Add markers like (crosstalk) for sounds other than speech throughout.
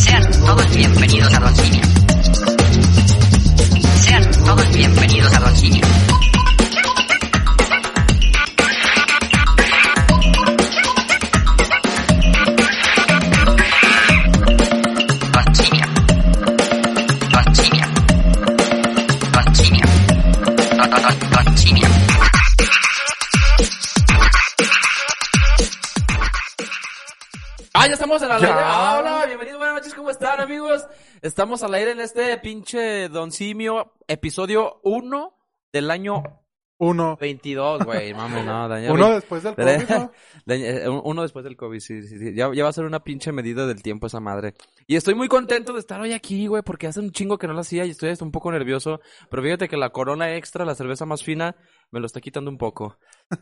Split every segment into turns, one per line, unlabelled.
Sean todos bienvenidos a Don Simio. Sean todos bienvenidos a Don Simio. Don Simio. Don Simio. Don Simio. Don- don- don- don Simio.
Ah, ya estamos al aire.
Ya.
Ah, hola, bienvenidos, buenas noches, ¿cómo están, amigos? Estamos al aire en este pinche Don Simio, episodio 1 del año
Uno.
22, (laughs) güey. Mami, no, daña.
Uno después del
Daña- (laughs)
COVID, ¿no?
daña- eh, uno después del COVID, sí, sí, sí. Ya, ya va a ser una pinche medida del tiempo esa madre. Y estoy muy contento de estar hoy aquí, güey, porque hace un chingo que no la hacía y estoy hasta un poco nervioso. Pero fíjate que la corona extra, la cerveza más fina, me lo está quitando un
(laughs)
poco.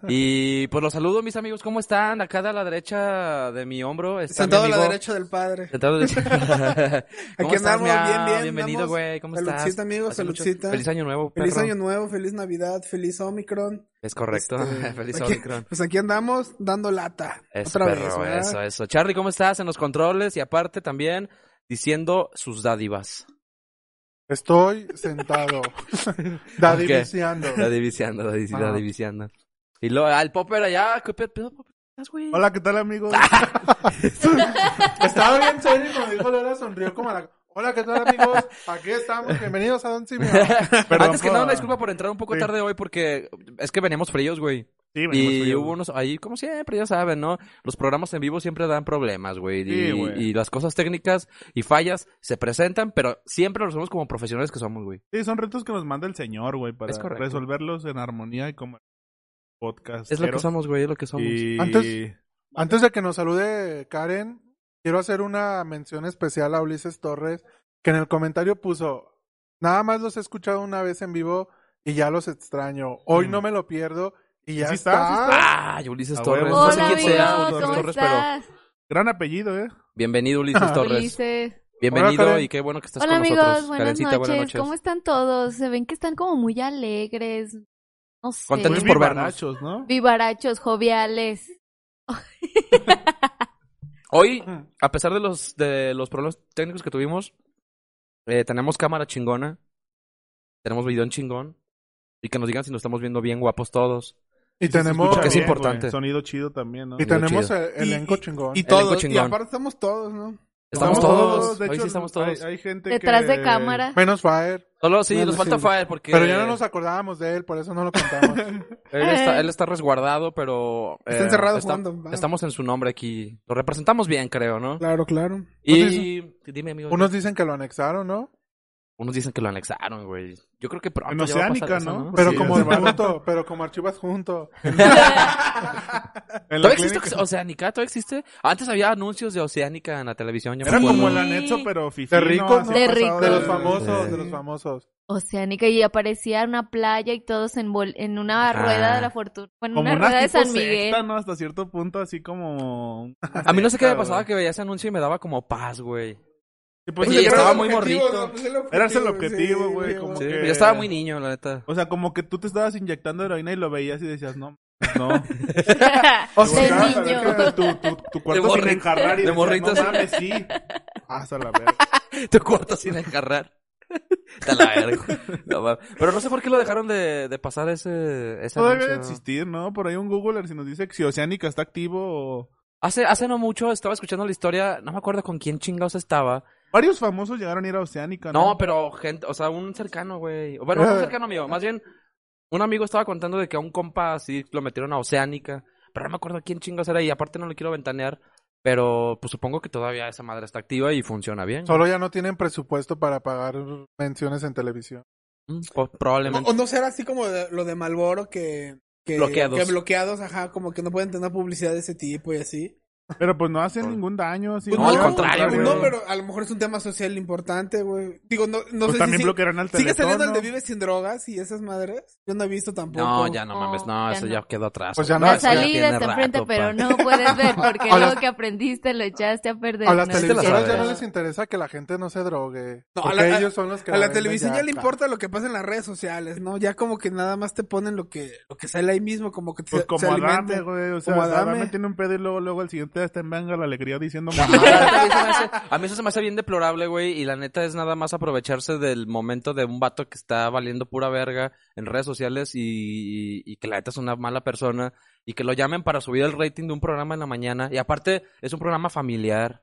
Y pues los saludo, mis amigos, ¿cómo están? Acá a la derecha de mi hombro está mi
Sentado a la
amigo-
derecha del padre.
Sentado (laughs)
(laughs)
de... ¿Cómo
Aquí
estás,
andamos,
miau?
bien, bien,
Bienvenido,
andamos.
güey. ¿Cómo estás?
Saludcita, amigo,
Hace mucho-
saludcita.
Feliz año nuevo,
Feliz
perro.
año nuevo, feliz Navidad, feliz Omicron.
Es correcto.
Este,
(laughs) Feliz
aquí-
Omicron.
Pues aquí andamos dando lata.
Eso,
otra
perro,
vez, ¿verdad?
eso, eso. Charlie, ¿cómo estás? En los controles y aparte también diciendo sus
(laughs)
dádivas.
Estoy sentado. (laughs) Dadiviciando.
Dadiviciando, dadi-
Ah.
dadiviciando. Y luego al Popper allá, ¿qué pe- pedo, Popper? ¿Qué estás, güey?
Hola, ¿qué
(laughs)
tal, amigos? Estaba bien serio y cuando dijo Lola sonrió como a la... Hola, ¿qué tal, amigos? Aquí estamos. Bienvenidos a Don
(laughs)
Simio.
Antes que nada,
por-
una disculpa por entrar un poco
Sí.
tarde hoy porque es que veníamos fríos, güey.
Sí, venimos
Y
fríos.
hubo unos ahí, como siempre, ya saben, ¿no? Los programas en vivo siempre dan problemas, güey.
Sí,
y,
güey.
y las cosas técnicas y fallas se presentan, pero siempre lo somos como profesionales que somos, güey.
Sí, son retos que nos manda el señor, güey, para
Es correcto.
resolverlos en armonía y como podcast.
Es lo que somos, güey, es lo que somos.
Y...
Antes- Antes de que nos salude Karen, quiero hacer una mención especial a Ulises Torres, que en el comentario puso, nada más los he escuchado una vez en vivo y ya los extraño. Hoy
Mm.
no me lo pierdo y ya
Sí está, sí
está.
Ah, Ulises
A
Torres.
huevo.
No sé
Hola
quién
amigos,
sea
Ulises
¿cómo
Torres, pero
estás?
Gran apellido, ¿eh?
bienvenido Ulises Torres.
Ulises.
Bienvenido
Hola, Karen.
y qué bueno que estás
Hola
con
amigos,
nosotros.
buenas,
Karencita,
noches.
buenas noches.
¿Cómo están todos? Se ven que están como muy alegres, no sé,
Contentos
Muy
por vernos.
vivarachos, ¿no?
vivarachos, joviales.
Hoy,
Mm.
a pesar de los, de los problemas técnicos que tuvimos, eh, tenemos cámara chingona, tenemos video en chingón, y que nos digan si nos estamos viendo bien guapos todos.
Y tenemos...
Porque es
Bien,
importante.
güey. Sonido chido también, ¿no?
Y tenemos
chido.
el elenco
Y-
chingón.
Y
Elenco
todos, y
chingón.
aparte estamos todos, ¿no?
Estamos
Estamos
todos,
todos,
hoy sí estamos todos.
Hay, hay gente
Detrás
que-
de cámara.
Menos Fire.
Solo sí,
Bueno,
nos falta
sí.
Fire porque
Pero ya no nos acordábamos de él, por eso no lo contamos.
(laughs)
él, está, él está resguardado, pero... eh,
Eh. Está encerrado
está-
jugando, va.
Estamos en su nombre aquí. Lo representamos bien, creo, ¿no?
Claro, claro.
Pues
Y... Dime, amigo.
Unos dicen que lo anexaron, ¿no?
Unos dicen que lo anexaron, güey. Yo creo que pronto
En
Ah, pues ya va a pasar
Oceánica,
eso,
¿no?
Pero
Sí,
como
se van.
junto, pero como archivas junto.
En la
(laughs) ¿Todavía existe
clínica-
Oceánica? ¿Todavía existe? Antes había anuncios de Oceánica en la televisión. Yo me
Era
acuerdo.
como el anexo, pero fifi,
De ricos,
Así
¿no? De
pasado
ricos.
De los
de-
famosos,
Sí.
de los famosos.
Oceánica y aparecía una playa y todos en, bol- en una
Ah.
rueda de la fortuna, bueno,
Como
una rueda de
tipo
San Miguel.
secta, ¿no? Hasta cierto punto, así como...
A mí no sé qué me pasaba que veía ese anuncio y me daba como paz, güey.
Sí, pues,
Y
sí,
yo estaba
pero-
muy morrito.
Pues
Era ese el objetivo, güey, como
Sí,
que-
Yo estaba muy niño, la
(laughs)
neta.
O sea, como que tú te estabas inyectando heroína y lo veías y decías, no, no.
(laughs)
(laughs)
O
De
sea,
niño.
Tu, tu, tu cuarto
De
sin
morri-
enjarrar
de
y decías,
morrito, sí.
no mames,
(laughs)
sí. Hasta la verga.
Tu cuarto sin (laughs) enjarrar. Está la verga. No, va. Pero no sé por qué lo dejaron de, de pasar ese, ese
Todavía debe
anuncio.
existir, ¿no? Por ahí un Googler si nos dice que si Oceánica está activo o...
Hace, hace no mucho estaba escuchando la historia, no me acuerdo con quién chingados estaba.
Varios famosos llegaron a ir a Oceánica, ¿no?
No, pero gente, o sea, un cercano, güey. Bueno, no un cercano mío, más bien un amigo estaba contando de que a un compa así lo metieron a Oceánica. Pero no me acuerdo quién chingos era y aparte no le quiero ventanear. Pero pues supongo que todavía esa madre está activa y funciona bien. güey.
Solo ya no tienen presupuesto para pagar menciones en televisión.
Mm, po-
O,
probablemente.
o no será así como de- lo de Malboro que, que.
Bloqueados.
Que bloqueados, ajá, como que no pueden tener publicidad de ese tipo y así.
Pero pues no hacen ningún daño. Así,
Pues
No, al contrario,
pues
güey.
No, pero a lo mejor es un tema social importante, güey. Digo, no, no
Pues
sé
también
si.
bloquearán al
¿Sigue saliendo el
Teletón,
de
¿no?
Vive sin drogas y esas madres? Yo no he visto tampoco.
No, ya no mames, no,
No, ya
eso
no.
ya quedó atrás.
Pues
güey.
ya no,
La
eso ya
salida
tiene
está enfrente,
rato,
pero
pa.
no puedes
(laughs)
ver porque
A
luego
las-
que aprendiste lo echaste a perder.
A las
¿no?
te la
televisoras ya
sabes.
no les interesa que la gente no se drogue.
No,
porque
a la- a-
ellos son los que
A la
venden
televisión ya le
está.
importa lo que pasa en las redes sociales, ¿no? Ya como que nada más te ponen lo que, lo que sale ahí mismo, como que te,
Pues
se-
como
se
Adame,
alimenta.
güey. O sea,
Como
Adame.
Adame.
tiene un pedo y luego, luego el siguiente está en venga la alegría diciendo
Ah,
(laughs)
mamadas.
también se me hace- A mí eso se me hace bien deplorable, güey. Y la neta es nada más aprovecharse del momento de un vato que está valiendo pura verga en redes sociales y, y- y que la neta es una mala persona. Y que lo llamen para subir el rating de un programa en la mañana. Y aparte, es un programa familiar.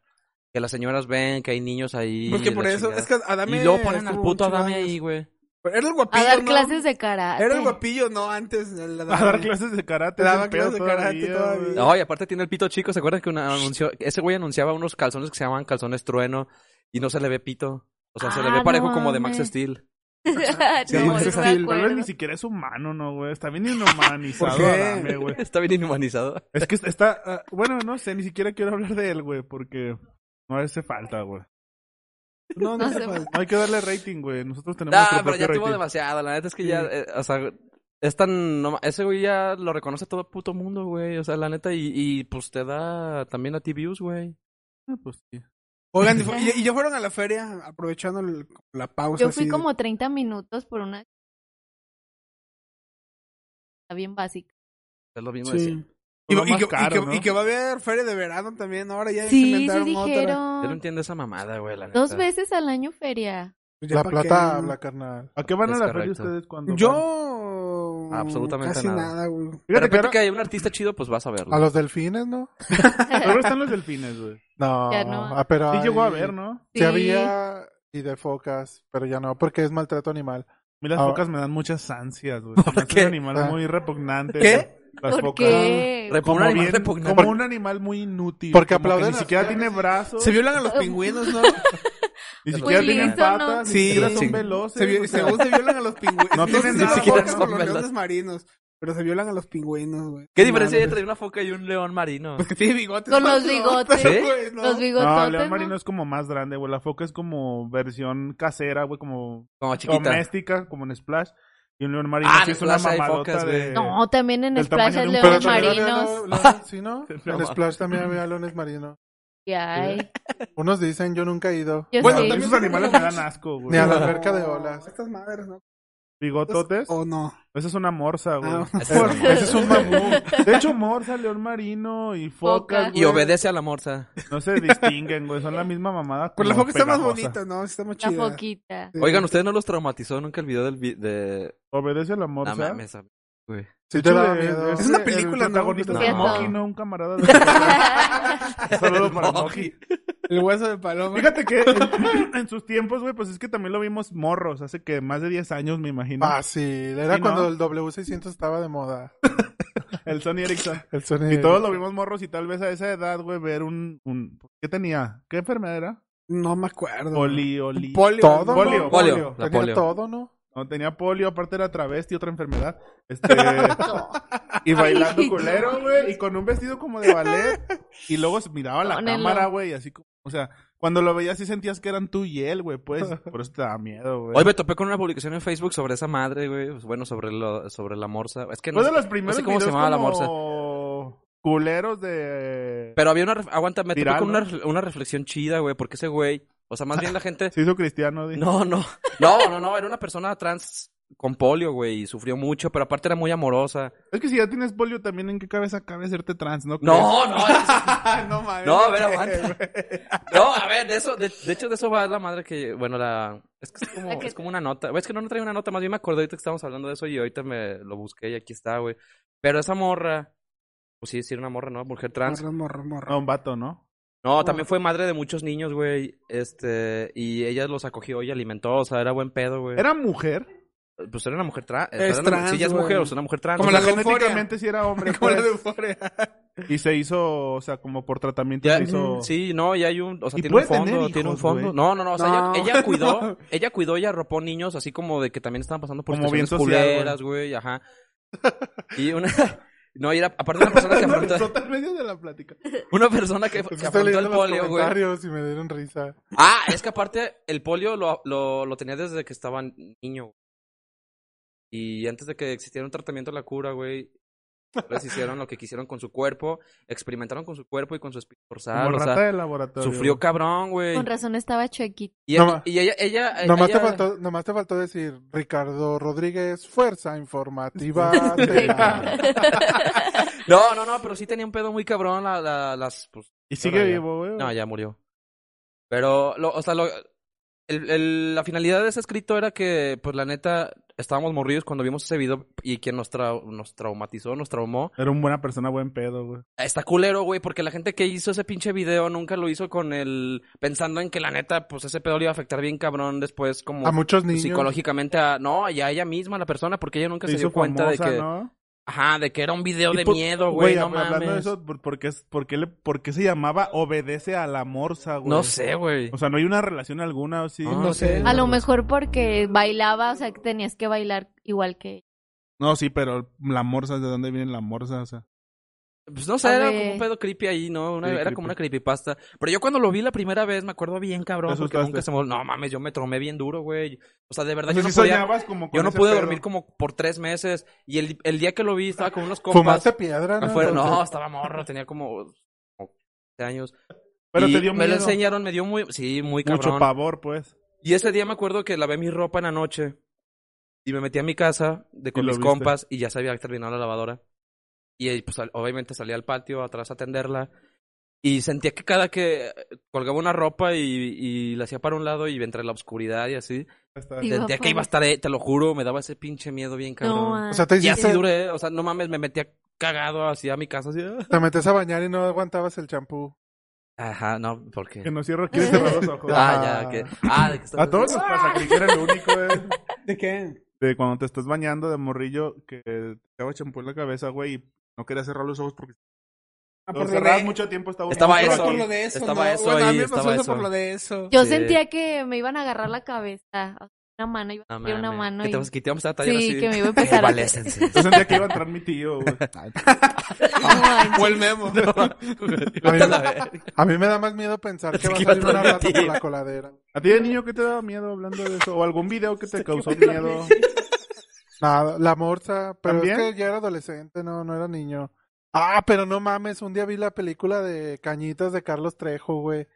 Que las señoras ven, que hay niños ahí.
Porque
la
por eso,
chingada.
es Pues que Adame.
Y luego ponen al
estuvo
puto
muchos
Adame
años.
ahí, güey.
Pero Era el guapillo.
A dar
¿no?
clases de cara.
Era el
(laughs)
guapillo, no, antes. el Adame.
A dar clases de karate.
Daba
ese pedo
clases de karate todavía.
güey.
No, y aparte tiene el pito chico. ¿Se acuerdan que una anunció, ese güey anunciaba unos calzones que se llamaban calzones trueno y no se le ve pito? O sea, se le
Ah,
ve
no
parejo como de Max
mames.
Steel. (laughs)
Sí,
no,
ese
no me
estilo. Tal vez
acuerdo.
ni siquiera es humano, ¿no, güey? Está bien inhumanizado
¿Por qué?
Adame, güey.
Está bien inhumanizado.
Es que está... ah, bueno, no sé, ni siquiera quiero hablar de él, güey, porque no hace falta, güey.
No, no,
No
hace
sé.
falta.
No hay que darle rating, güey. Nosotros tenemos
No,
nuestro
pero ya
propio
tuvo
rating.
demasiado. La neta es que
Sí.
ya, eh, o sea, es tan. no ma- ese güey ya lo reconoce todo puto mundo, güey. O sea, la neta, y, y, pues te da también a ti views, güey.
Ah, pues, sí.
Oigan, y, fu- y- y ya fueron a la feria aprovechando el- la pausa.
Yo fui
así de-
como 30 minutos por una... Está bien básica.
Es lo mismo
Sí.
de siempre.
Y,
Pues Lo
y
más
que, y
caro,
que-
¿no?
y que va a haber feria de verano también. Ahora ya Eh, se
Sí, sí
inventaron otra.
Yo no
dijeron.
entiendo esa mamada, güey, la neta.
Dos veces al año feria.
Pues ya
La
pa'
plata
qué,
habla,
¿no?
carnal.
¿A qué van
Es
a la feria
correcto.
ustedes cuando van?
Yo.
Absolutamente
casi
nada.
nada, güey.
De
Fíjate que
repente
ahora,
que hay un artista chido, pues vas a verlo.
A los delfines, ¿no?
(laughs)
(laughs)
ahora están los delfines, güey.
No.
Ya no.
ah, pero
Sí
hay-
llegó a ver, ¿no?
Sí había y de focas, pero ya no, porque es maltrato animal.
A mí las
Ah.
focas me dan muchas
(laughs)
ansias, güey. Se me hacen
qué?
animales
Ah.
muy repugnantes.
¿Qué?
Las
¿Por
focas.
qué?
Rep- Como
Como,
un animal
bien-
repugnante.
como un animal muy inútil.
Porque
como que
aplauden
Ni
las
siquiera
flores.
tiene brazos.
Se violan a los pingüinos,
(laughs)
¿no?
Ni
Pues
siquiera
listo,
tienen patas.
¿no?
Ni
Sí.
siquiera
Sí.
son veloces.
Se, vi-
o sea,
según se violan a los pingüinos.
No
No,
tienen
tienen
nada,
nada siquiera
güey.
con los
Velas.
leones marinos. Pero se violan a los pingüinos, güey.
¿Qué diferencia hay
Madre.
entre una foca y un león
(laughs)
marino?
Pues que tiene bigotes.
Con
¿no?
los bigotes.
¿Sí?
güey, ¿no?
Los
No,
bigototes,
el león
¿no?
marino es como más grande, güey. La foca es como versión casera, güey, como
Como chiquita.
doméstica, como en Splash. Y un león marino
Ah,
sí
en
es una
Splash hay
mamadota
focas, güey.
de...
No, también en
del
Splash
tamaño
hay
de un
leones
perro.
también había
marinos.
lo- lo-
(laughs)
¿Sí, no?
No,
En Splash también había leones marinos.
que hay.
Unos dicen, yo nunca he ido.
Yo
Bueno,
sí.
también-
Esos animales me dan asco,
Ni
güey.
a la
Como
alberca de olas.
Estas madres, ¿no? Pues,
Bigototes.
O no.
Esa es una morsa, güey.
Ah,
Esa es la mamada.
Ese es un mamú. De hecho, morsa, león marino y
Foca.
foca.
Y obedece a la morsa.
No se distinguen, güey. Son la misma mamada.
Pues la
como
foca está más
pegajosa.
bonita, ¿no? Está más
La
chida.
foquita.
(laughs) Sí.
Oigan, ¿ustedes no los traumatizó nunca el video del... vi- de...
Obedece a la morsa.
No mames, güey.
Sí
De
te
hecho,
daba
de-
miedo.
de-
(laughs)
Es una
el
película, ¿no?
protagonista es
Cierto.
Moji, ¿no? (laughs) Un camarada de- Saludos para Moji.
El hueso de paloma.
Fíjate que en, en sus tiempos, güey, pues es que también lo vimos morros. Hace que más de 10 años, me imagino.
Ah. Fácil. Era
Sí, ¿no?
cuando el W600 estaba
(laughs)
de moda.
El Sony Ericsson.
El sonido.
Y todos lo vimos morros y tal vez a esa edad, güey, ver un... un ¿Qué tenía? ¿Qué enfermedad era?
No me acuerdo.
Oli, oli.
Polio.
Todo,
¿no?
Polio, polio.
¿no?
Polio. La
Tenía
polio.
todo, ¿no?
No, tenía polio, aparte era travesti, otra enfermedad. Este... y bailando culero, güey, y con un vestido como de ballet. Y luego se miraba la
Tónelo.
cámara, güey, y así como... O sea, cuando lo veías sí sentías que eran tú y él, güey, pues. Por eso te daba miedo, güey.
Hoy me topé con una publicación en Facebook sobre esa madre, güey. Pues, Bueno, sobre, lo, sobre la morsa. Es que no,
Fue Pues, de
sé-
los
no
primeros
sé cómo se
videos
llamaba la morsa.
como Culeros de...
Pero había una... ref- Aguanta, me topé
Viral,
con
¿no?
una, ref- una reflexión chida, güey. Porque ese güey... O sea, más bien la (laughs) gente...
Se hizo cristiano, dije.
No, no. No, no, no. Era una persona trans con polio, güey. Y sufrió mucho, pero aparte era muy amorosa.
Es que si ya tienes polio también, ¿en qué cabeza cabe hacerte trans, no?
No, no. es-
Ah, no
(laughs)
mames.
No, a ver, aguanta. No, a ver, de eso... De, de hecho, de eso va la madre que... Bueno, la... Es que es como,
La que-
es como una nota. Güey, Es que no, no traía una nota. Más bien me acordé ahorita que estábamos hablando de eso y ahorita me lo busqué y aquí está, güey. Pero esa morra... Pues sí, sí, era una morra, ¿no? Mujer trans.
Morro, morro, morro.
No, un vato, ¿no?
No, también fue madre de muchos niños, güey. Este, y ella los acogió y alimentó, o sea, era buen pedo, güey.
Era mujer.
Pues era una mujer trans.
Es trans,
sí, ya es
güey.
mujer, o sea, una mujer trans.
Como
o
la
sea,
sea,
de Euphoria.
(laughs) genéticamente sí era
(laughs)
hombre.
Como la
pues,
de euforia.
Y se hizo, o sea, como por tratamiento
ya-
se hizo...
Mm, Sí, no, ya hay un, o sea,
Y
tiene un
puede
fondo,
tener
tiene un
hijos,
fondo.
güey.
No, no, no, o sea, ella-
No,
ella,
no.
cuidó, ella cuidó y arropó niños así como de que también estaban pasando por
Como bien
situaciones
social, güey.
culeras, güey, ajá. Y una (laughs) no, y era aparte una persona que afrontó
Sota en medio de la plática.
una persona que,
Es
que
que estoy
afrontó
leyendo
el
los
polio, güey.
comentarios y me dieron risa.
Ah, es que aparte el polio lo, lo, lo tenía desde que estaba niño. güey. Y antes de que existiera un tratamiento a la cura, güey, les hicieron lo que quisieron con su cuerpo, experimentaron con su cuerpo y con su espíritu
Como
dorsal, o
rata
sea,
de laboratorio.
sufrió cabrón, güey.
Con razón estaba chuequito.
Y,
Noma-
y ella, ella, eh,
Nomás te,
ella-
faltó, nomás te faltó decir, Ricardo Rodríguez, Fuerza Informativa.
(laughs)
de la-
No, no, no, pero sí tenía un pedo muy cabrón la, la- las, pues,
Y sigue
Ahora ya.
vivo, güey.
no, ya murió. Pero, lo, o sea, lo- el- el- la finalidad de ese escrito era que, pues, la neta, estábamos morridos cuando vimos ese video y quien nos, tra- nos traumatizó, nos traumó,
Era una buena persona, buen pedo, güey.
Está culero, güey, porque la gente que hizo ese pinche video nunca lo hizo con el... Pensando en que la neta, pues ese pedo le iba a afectar bien cabrón después como...
a muchos niños.
Psicológicamente a... No, y a ella misma, a la persona, porque ella nunca se,
Se hizo
dio cuenta
famosa,
de que...
¿no?
Ajá, de que era un video
Y
de
por-
miedo, güey, no
hab- hablando de
mames.
eso, ¿por, por qué, es- por qué le, por qué se llamaba Obedece a la Morsa, güey?
No sé, güey.
O sea, no hay una relación alguna, o sí.
No,
No,
no
sé.
sé.
A lo mejor porque bailaba, o sea, que tenías que bailar igual que
No, sí, pero la Morsa, ¿de dónde viene la Morsa? O sea,
Pues no sé,
A
era
ver.
como un pedo creepy ahí, ¿no? Una-
Sí,
era
creepy.
como una creepypasta. Pero yo cuando lo vi la primera vez, me acuerdo bien cabrón,
Te
porque
asustaste.
nunca se me... No mames, yo me tromé bien duro, güey. O sea, de verdad,
O sea,
yo no
sí
podía...
soñabas como con
Yo no
ese
pude
pedo.
dormir como por tres meses. Y el, el día que lo vi estaba con unos compas.
Fumaste piedra, ¿no?
Afuera- no,
Entonces,
estaba morro, tenía como, como 15 años.
Pero
Y
te dio
Me lo
miedo.
enseñaron, me dio muy, sí, muy
Mucho
cabrón.
pavor, pues.
y ese día me acuerdo que lavé mi ropa en la noche y me metí a mi casa de
Y
con
lo
mis
viste.
compas y ya se había terminado la lavadora. Y eh, pues al- obviamente salí al patio atrás a atenderla y sentía que cada que eh, colgaba una ropa y, y la hacía para un lado y entre la oscuridad y así,
Hasta-
Sí. Iba
sentía que
para-
iba a estar, eh, te lo juro, me daba ese pinche miedo bien cabrón.
No,
O sea, te
Y así
hiciste,
duré, o sea, no mames, me metía cagado así a mi casa, así. "Ah".
te metes a bañar y no aguantabas el champú.
Ajá, no, porque.
Que no cierro, quiere cerrar los ojos.
Ah, ya, que. Ah, de que estás-
A todos
Pues
nos pasa, creí que era el único, eh.
¿De qué?
(laughs) De cuando te estás bañando de morrillo, que te acaba champú en la cabeza, güey, y no querías cerrar los ojos porque
Ah,
lo
por lo
cerrabas
de-
mucho tiempo, estaba
Estaba
Pero
eso.
por lo de eso,
estaba
¿no?
eso
Bueno, a
ahí,
mí me pasó
estaba
eso
eso.
por lo de eso.
Yo
Sí.
sentía que me iban a agarrar la cabeza, o sea, una mano, iba a
No
meter una
mames.
mano.
Que te
y-
vas a quitar, vamos a estar
Sí,
tallando así.
que me iba a empezar a-
Convalécense.
Yo sentía que iba a entrar mi tío,
(laughs)
güey.
(laughs) No manches.
O el memo.
Vete a la verga.
A mí me da más miedo pensar que
Es
va a
que
salir
va a
una
estar
rata por
metido.
la coladera.
¿A ti de niño qué te daba miedo hablando de eso? ¿O algún video que te causó miedo?
Nada, la morsa, pero
¿También?
es que ya era adolescente, no, no era niño. Ah, pero no mames, un día vi la película de Cañitas de Carlos Trejo, güey.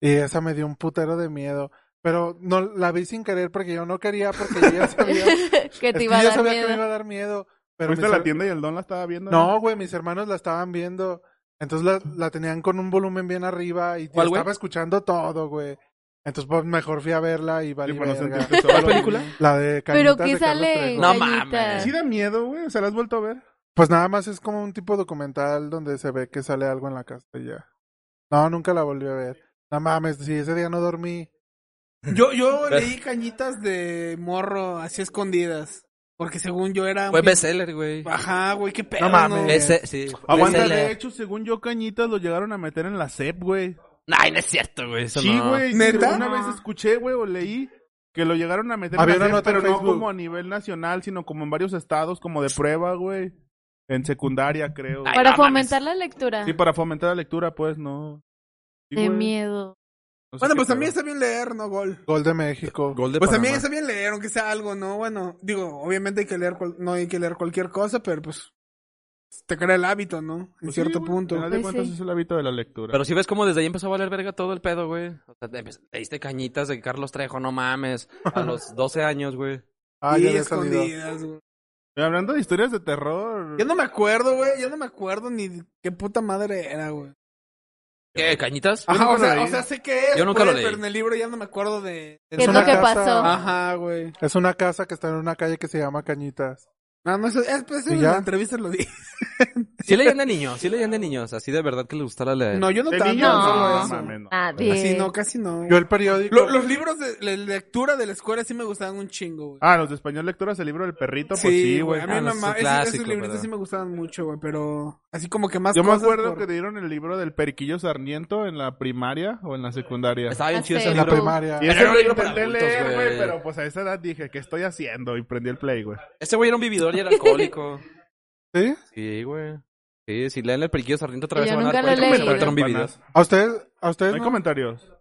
Y esa me dio un putero de miedo. Pero no la vi sin querer porque yo no quería, porque yo ya sabía,
(laughs)
(laughs) (laughs) que
es
te
que
iba a
yo ya
dar
sabía que me iba
miedo.
a dar miedo. Pero
Fuiste a
mis
la
her-
tienda y el don la estaba viendo.
No, güey, mis hermanos la estaban viendo. Entonces la, la tenían con un volumen bien arriba y yo
¿Cuál,
estaba
güey?
escuchando todo, güey. Entonces pues, mejor fui a verla y valí
Sí, para no
verga.
sentirte solo.
¿Cuál película?
La de
Pero
Cañitas
que
de Carlos
sale.
Trejo.
No
Cañita.
mames.
Sí da miedo, güey. O sea, ¿la has vuelto a ver?
Pues nada más es como un tipo documental donde se ve que sale algo en la casa y ya. No, nunca la volví a ver. No mames, si ese día no dormí.
(laughs) Yo, yo leí cañitas de morro así escondidas. Porque según yo era. un
Fue
pin-
bestseller, güey.
Ajá, güey, qué pedo.
No mames.
Best- sí, fue
Aguanta, de
bestseller.
hecho, según yo, Cañitas lo llegaron a meter en la SEP, güey.
Ay, no es cierto, güey. Eso
Sí,
no.
güey.
¿Neta?
Una vez escuché, güey, o leí que lo llegaron a meter
Había
en la
una
SEP,
nota en
pero no
Facebook.
como a nivel nacional, sino como en varios estados, como de prueba, güey. En secundaria, creo.
Ay,
Para
no
fomentar la lectura.
Sí, para fomentar la lectura, pues, no. Sí,
de
güey.
miedo.
No sé
Bueno,
qué
pues
pedo.
también está bien leer, ¿no, Gol?
Gol de México.
Gol de
Pues
Panamá.
también está bien leer, aunque sea algo, ¿no? Bueno, digo, obviamente hay que leer, cual- no hay que leer cualquier cosa, pero pues te crea el hábito, ¿no? En
Pues sí,
cierto
güey,
punto.
Al final de
Pues
cuentas
sí.
es el hábito de la lectura.
Pero si ves cómo desde ahí empezó a valer verga todo el pedo, güey. O sea, te empe- leíste cañitas de Carlos Trejo, no mames. A (laughs) los 12 años, güey.
Ah,
y
ya había salido.
escondidas, güey.
Hablando de historias de terror.
Yo no me acuerdo, güey. Yo no me acuerdo ni de qué puta madre era, güey.
¿Qué, cañitas?
Ajá,
nunca
o
lo
sea,
leí.
o sea, sé que es.
Yo nunca lo
pues,
leí.
Pero en el libro ya no me acuerdo de. de
¿Qué es
una
lo que
ca-
pasó?
Ajá, güey.
Es una casa que está en una calle que se llama Cañitas.
No, no, eso, es, pues, eso
¿Y
en
ya?
la entrevista lo di.
Sí leían de niños, sí leían de niños, así de verdad que le gustara leer.
No, yo no
De
tanto.
niño,
solo
no,
eso.
mames, no.
Nadie.
Así no, casi no.
Yo el periódico.
Lo- los libros de, de lectura de la escuela sí me gustaban un chingo, güey.
Ah, los de español lecturas, el libro del perrito, pues sí, güey.
A
Ah,
mí
no, es un
mamá, esos,
clásico,
esos libritos
pero-
sí me gustaban mucho, güey, pero así como que más
Yo me
cosas
acuerdo
por-
que dieron el libro del periquillo sarniento en la primaria o en la secundaria.
Estaba
Ah,
bien chido ese
en la
Pero-
libro.
primaria.
Y
Era
ese
un
lo
libro para
intenté
adultos,
leer,
güey.
güey, pero pues a esa edad dije, ¿qué estoy haciendo? Y prendí el play, güey.
Ese güey era un vividor
(laughs)
y era alcohólico.
¿Sí?
Sí, güey. Sí, si leen el periquillo sarniento otra
Yo
vez se van a
nunca
dar
lo
cuenta que se
leí.
vuelve un vividor.
Panas.
¿A ustedes? ¿A
No
ustedes
hay
no?
comentarios.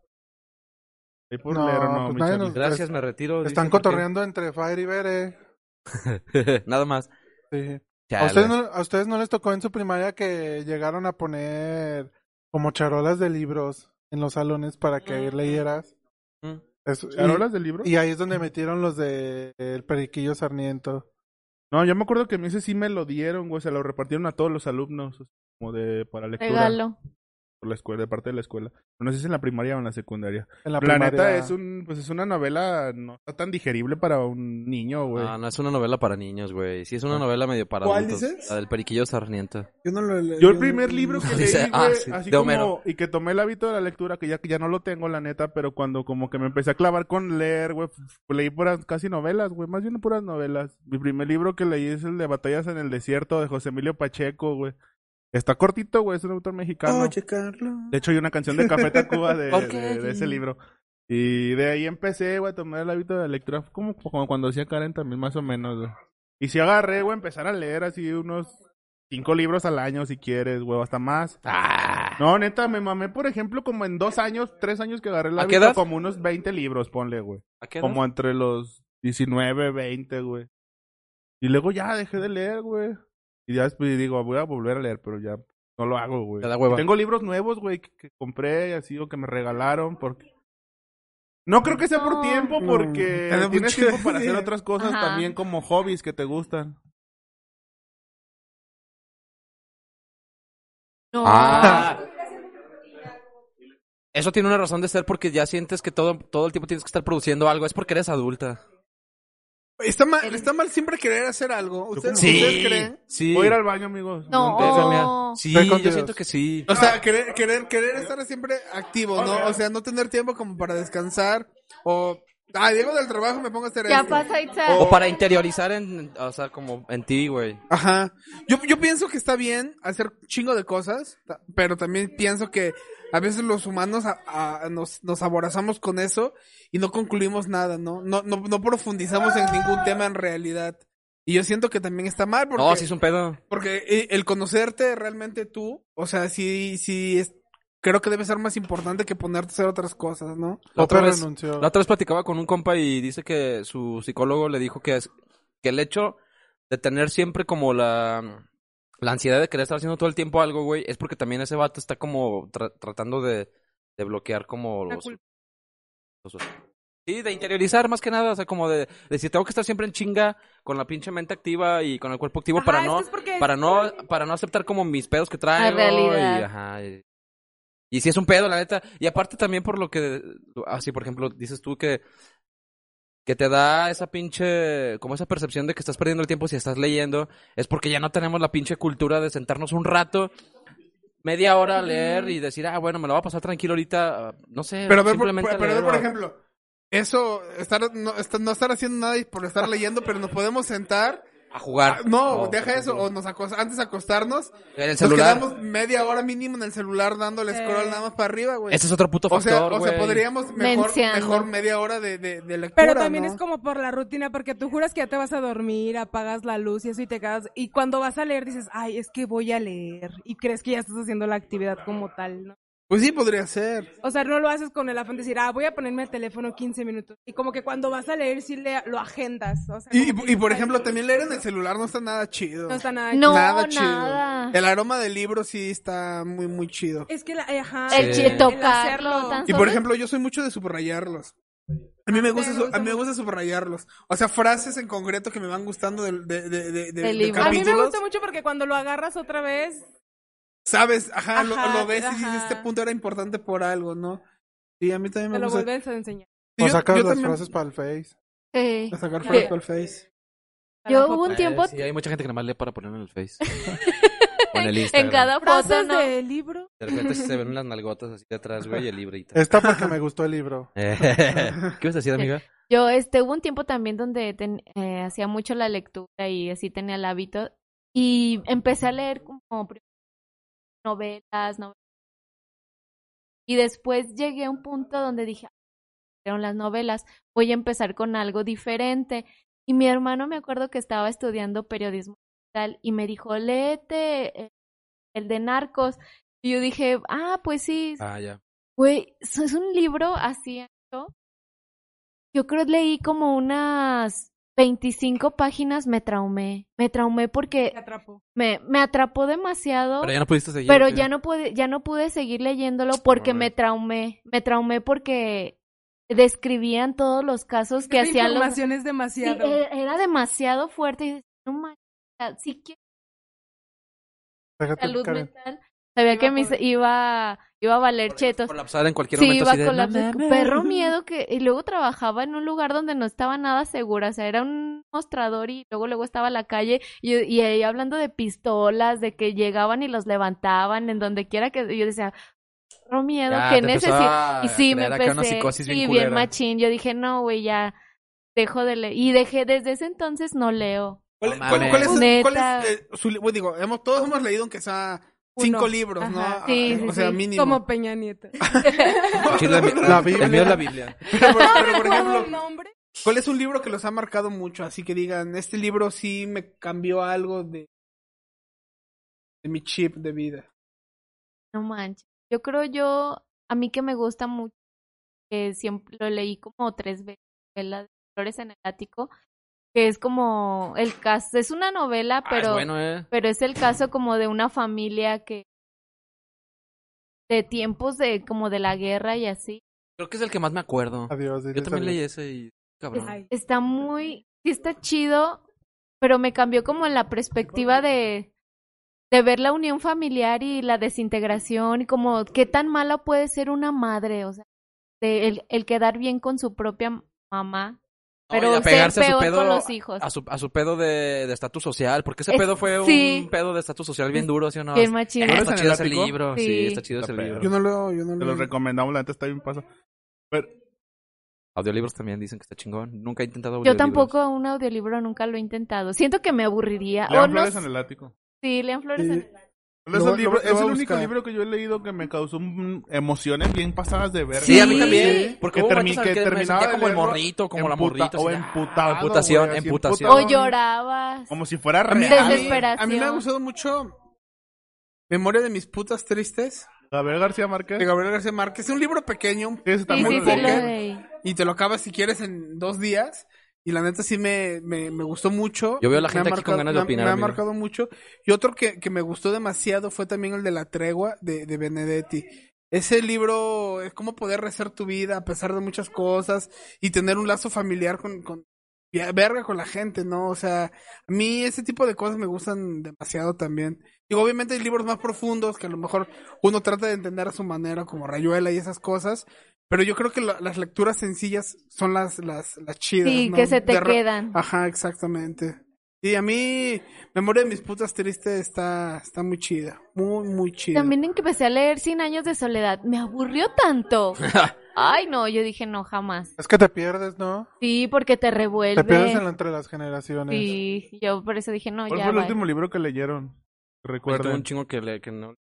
Hay por
No,
leer o no,
pues
mi
nadie
Charlie.
nos-
Gracias, me retiro.
Están
dice,
cotorreando entre Fire y Bere.
porque- (laughs) Nada más.
Sí. ¿A,
Chale.
ustedes no, ¿A ustedes no les tocó en su primaria que llegaron a poner como charolas de libros en los salones para que leyeras?
Mm.
Eso- y-
¿Charolas del libro?
Y, ahí es donde metieron los de El Periquillo Sarniento.
No, yo me acuerdo que a mí ese sí me lo dieron, güey. Se lo repartieron a todos los alumnos. Como de para lectura.
Regalo.
Por la escuela, de parte de la escuela. No sé si en la primaria o en la secundaria.
En la
La, neta
primaria.
es un, pues es una novela no está tan digerible para un niño, güey.
No, no es una novela para niños, güey. Sí, es una novela medio para
¿Cuál
adultos.
dices?
La del periquillo sarniento.
Yo no lo leí.
Yo el primer libro
(laughs)
que leí,
Dice,
güey,
ah, sí,
así
de
como,
Homero.
y que tomé el hábito de la lectura, que ya, que ya no lo tengo, la neta, pero cuando como que me empecé a clavar con leer, güey, f- f- leí puras, casi novelas, güey, más bien puras novelas. Mi primer libro que leí es el de Batallas en el Desierto, de José Emilio Pacheco, güey. Está cortito, güey, es un autor mexicano.
Oye, Carlos.
De hecho, hay una canción de Café
(laughs)
Tacuba de,
¿Por qué?
de- de ese libro. Y de ahí empecé, güey, a tomar el hábito de la lectura, como, como cuando hacía Karen también, más o menos, güey. Y si agarré, güey, empezar a leer así unos cinco libros al año, si quieres, güey, o hasta más.
Ah.
No, neta, me mamé, por ejemplo, como en dos años, tres años que agarré el
¿A qué
hábito,
edad?
como unos 20 libros, ponle, güey.
¿A qué edad?
Como entre los 19, 20, güey. Y luego ya dejé de leer, güey. Y ya después digo, "Ah, voy a volver a leer, pero ya no lo hago, güey.
Te da hueva.
Tengo libros nuevos, güey, que, que compré y así o que me regalaron porque no creo que sea por
No.
tiempo,
No.
porque
Te da
tienes
mucho-
tiempo para hacer otras cosas
Ajá.
también como hobbies que te gustan.
No.
Ah. (laughs) Eso tiene una razón de ser porque ya sientes que todo, todo el tiempo tienes que estar produciendo algo. Es porque eres adulta.
Está mal, está mal siempre querer hacer algo. ¿Ustedes,
Sí.
¿ustedes creen?
Sí.
Voy a ir al baño, amigos.
No.
Voy a caminar. Sí,
Estoy con
yo
Dios.
siento que sí.
O sea, Ah, querer, querer, querer estar siempre activo, ¿no? O sea, no tener tiempo como para descansar o... Ah, llego del trabajo, me pongo a hacer
Ya
esto.
pasa, Itza.
O para interiorizar en, o sea, como en ti, güey.
Ajá. Yo, yo pienso que está bien hacer un chingo de cosas, ta- pero también pienso que a veces los humanos a- a- nos, nos aborazamos con eso y no concluimos nada, ¿no? No, no, no profundizamos en ningún tema en realidad. Y yo siento que también está mal porque,
No, sí es un pedo.
porque eh, el conocerte realmente tú, o sea, sí, sí es, creo que debe ser más importante que ponerte a hacer otras cosas, ¿no?
La otra,
Pope
vez,
renunció.
la otra vez platicaba con un compa y dice que su psicólogo le dijo que, es, que el hecho de tener siempre como la, la ansiedad de querer estar haciendo todo el tiempo algo, güey, es porque también ese vato está como tra- tratando de, de bloquear como los... los- Sí, de interiorizar más que nada, o sea, como de, de si tengo que estar siempre en chinga con la pinche mente activa y con el cuerpo activo
Ajá,
para
Ah, es que
no
es porque-
para no para no aceptar como mis pedos que traigo
realidad.
y ajá y, y si es un pedo la neta y aparte también por lo que así por ejemplo dices tú que que te da esa pinche como esa percepción de que estás perdiendo el tiempo si estás leyendo es porque ya no tenemos la pinche cultura de sentarnos un rato media hora a leer y decir ah bueno me lo voy a pasar tranquilo ahorita no sé
Pero a ver, por,
simplemente
por- pero a ver,
leer
por
o-
ejemplo, eso, estar, no, estar- no estar haciendo nada y por estar leyendo, pero nos podemos sentar
a jugar
Ah, No,
O,
deja
por
eso.
ejemplo,
O nos acos- antes de acostarnos,
en Oh, el
nos
celular
quedamos media hora mínimo en el celular dándole scroll nada más para arriba, güey.
Ese es otro puto
o
factor,
sea, o sea,
güey.
podríamos mejor,
Menciando.
mejor media hora de, de, de lectura.
Pero también
¿no?
es como por la rutina, porque tú juras que ya te vas a dormir, apagas la luz y eso y te quedas. Y cuando vas a leer dices, ay, es que voy a leer. Y crees que ya estás haciendo la actividad como tal, ¿no?
Pues sí, podría ser.
O sea, no lo haces con el afán de decir, ah, voy a ponerme al teléfono 15 minutos. Y como que cuando vas a leer, sí le- lo agendas. O sea,
Y,
como
y-
que
y, por ejemplo,
ay,
también leer en el celular no está nada chido.
No está nada.
No,
nada chido.
nada.
El aroma del libro sí está muy, muy chido.
Es que la, eh, ajá,
El
Sí.
chile tocarlo.
hacerlo.
tan
Y por
solo-
ejemplo, yo soy mucho de subrayarlos. A mí me gusta, su- a mí me gusta subrayarlos. O sea, frases en concreto que me van gustando de, de, de, de, de- de
libro.
A mí me
capítulos.
gusta mucho porque cuando lo agarras otra vez,
Sabes, ajá, lo,
Ajá,
lo ves y dices,
ajá.
este punto era importante por algo, ¿no? Sí, a mí también me
te lo
gusta.
vuelves a enseñar.
O
Yo-
sacas
yo
las
también-
frases para el Face.
Sí.
A sacar
Sí.
frases para el Face.
Yo hubo un
Eh,
tiempo
sí, hay mucha gente que nada más lee para poner en el
(laughs)
Face. o en el Instagram.
en cada foto,
Frases
¿no?
del libro.
De repente se ven unas nalgotas así de atrás, güey, y el librito.
Esta porque me gustó el libro.
Eh, (laughs) ¿Qué vas a decir, amiga?
Yo, este, hubo un tiempo también donde ten- eh, hacía mucho la lectura y así tenía el hábito. Y empecé a leer como pri- novelas, novelas. Y después llegué a un punto donde dije, fueron las novelas, voy a empezar con algo diferente. Y mi hermano me acuerdo que estaba estudiando periodismo digital y me dijo, léete eh, el de Narcos. Y yo dije, ah, pues sí,
(laughs) Ah, ya.
Güey, eso es un libro así ancho. Yo creo que leí como unas 25 páginas, me traumé. Me traumé porque
Te atrapó.
me, me atrapó demasiado,
Pero ya no pudiste seguir.
pero
¿o qué?
ya no pude, ya no pude seguir leyéndolo porque me
mames.
traumé. Me traumé porque describían todos los casos que
Esta
hacían los...
información es
Sí,
demasiado.
era era demasiado fuerte y decía, no manches, si quiero
Déjate,
salud
Karen.
mental, sabía
Iba
que
a
me
poder.
iba, iba a valer chetos.
Colapsar en cualquier
Sí,
momento.
iba
así de,
con la
"No mames".
perro miedo que y luego trabajaba en un lugar donde no estaba nada segura, o sea, era un mostrador y luego luego estaba la calle y, y ahí hablando de pistolas, de que llegaban y los levantaban en donde quiera que y yo decía, perro miedo,
Ya,
que
te empezó
necesito
a
y sí me
crear acá
empecé
una psicosis bien
sí,
culera.
bien machín, yo dije, "No, güey, ya dejo de leer." Y dejé desde ese entonces no leo.
¿Cuál,
No
cuál-
mames.
cuál es, cuál
Neta.
es, eh, su li- bueno, digo, hemos, todos hemos leído aunque sea cinco
Uno.
libros, ¿no?
Ajá,
sí,
Ah,
sí,
o sea,
sí.
mínimo. (laughs)
Como Peña Nieto.
El chile de mi-
La
El mío es la
Biblia.
Biblia.
(laughs) pero, pero, por
¿Recuerdo el
ejemplo,
nombre?
¿cuál es un libro que los ha marcado mucho? Así que digan, este libro sí me cambió algo de, de mi chip de vida.
No manches. Yo creo yo, a mí que me gusta mucho, que siempre lo leí como tres veces, la de Flores en el Ático, que es como el caso, es una novela,
Ah, es
pero,
bueno, eh.
pero es el caso como de una familia que de tiempos de como de la guerra y así.
Creo que es el que más me acuerdo.
Adiós.
Yo
diles
también
adiós.
leí ese y. Cabrón.
Ay,
Está muy, sí está chido, pero me cambió como la perspectiva de de ver la unión familiar y la desintegración y como qué tan mala puede ser una madre, o sea, de el, el quedar bien con su propia mamá,
No, y
pero ser
apegarse a su
peor
pedo-
con los hijos.
A su, a su pedo de de estatus social, porque ese
Es-
pedo fue
sí.
un pedo de estatus social bien duro, ¿sí o no?
Bien machín.
Ah,
¿Flores
está
en
chido
el
ese
ático?
libro. Sí,
Sí.
está chido ese
Está
libro.
Yo no lo, yo no
Te
lo.
lo recomendamos, la neta está bien paso. Pero,
Audiolibros también dicen que está chingón. Nunca he intentado
Yo
audiolibros.
tampoco un audiolibro nunca lo he intentado. Siento que me
Ah,
aburriría.
oh,
lean
O no,
flores en el ático.
sí, lean flores
Y-
en el-
Es
Lo-
el, libro-
lo- lo
es
voy a
el único
buscar.
libro que yo he leído que me causó mm, emociones bien pasadas de verga.
Sí, a mí
Sí.
también. Porque
Que
hubo
termi-
momentos en
que
el me
terminaba
sentía
de
como el
leerlo
morrito, como la
Emputa-
morrita.
O
así, ah,
emputado.
Emputación,
güey, así,
emputación.
O
emputado.
llorabas.
Como si fuera
A
real.
mí- A mí me ha
Desesperación.
gustado mucho Memoria de mis putas tristes
Gabriel García
de
Márquez.
Gabriel García Márquez. Es un libro pequeño,
Ese
Sí,
también
sí,
lo
sí,
leí.
lo
Porque-
leí.
y te lo acabas si quieres en dos días. Y la neta sí me, me, me gustó mucho.
Yo veo a la
Me
gente
ha
aquí con ganas de
me ha-
opinar,
Me ha
amigo.
marcado mucho. Y otro que, que me gustó demasiado fue también el de La Tregua de, de Benedetti. Ese libro es cómo poder rehacer tu vida a pesar de muchas cosas y tener un lazo familiar con, con verga con la gente, ¿no? O sea, a mí ese tipo de cosas me gustan demasiado también. Digo, obviamente hay libros más profundos que a lo mejor uno trata de entender a su manera, como Rayuela y esas cosas, pero yo creo que la- las lecturas sencillas son las, las, las chidas.
Sí,
¿no?
que se te
De re-
quedan.
Ajá, exactamente. Y a mí, Memoria de mis putas tristes está, está muy chida. Muy, muy chida.
También en que empecé a leer Cien años de soledad, me aburrió
(laughs)
tanto. Ay, no, yo dije no, jamás.
Es que te pierdes, ¿no?
Sí, porque te
Te pierdes en
revuelve.
la- entre las generaciones.
Sí, yo por eso dije no,
¿Cuál
ya.
fue el
bye.
último libro que leyeron?
Yo tengo
Recuerden.
un chingo que, le, que no.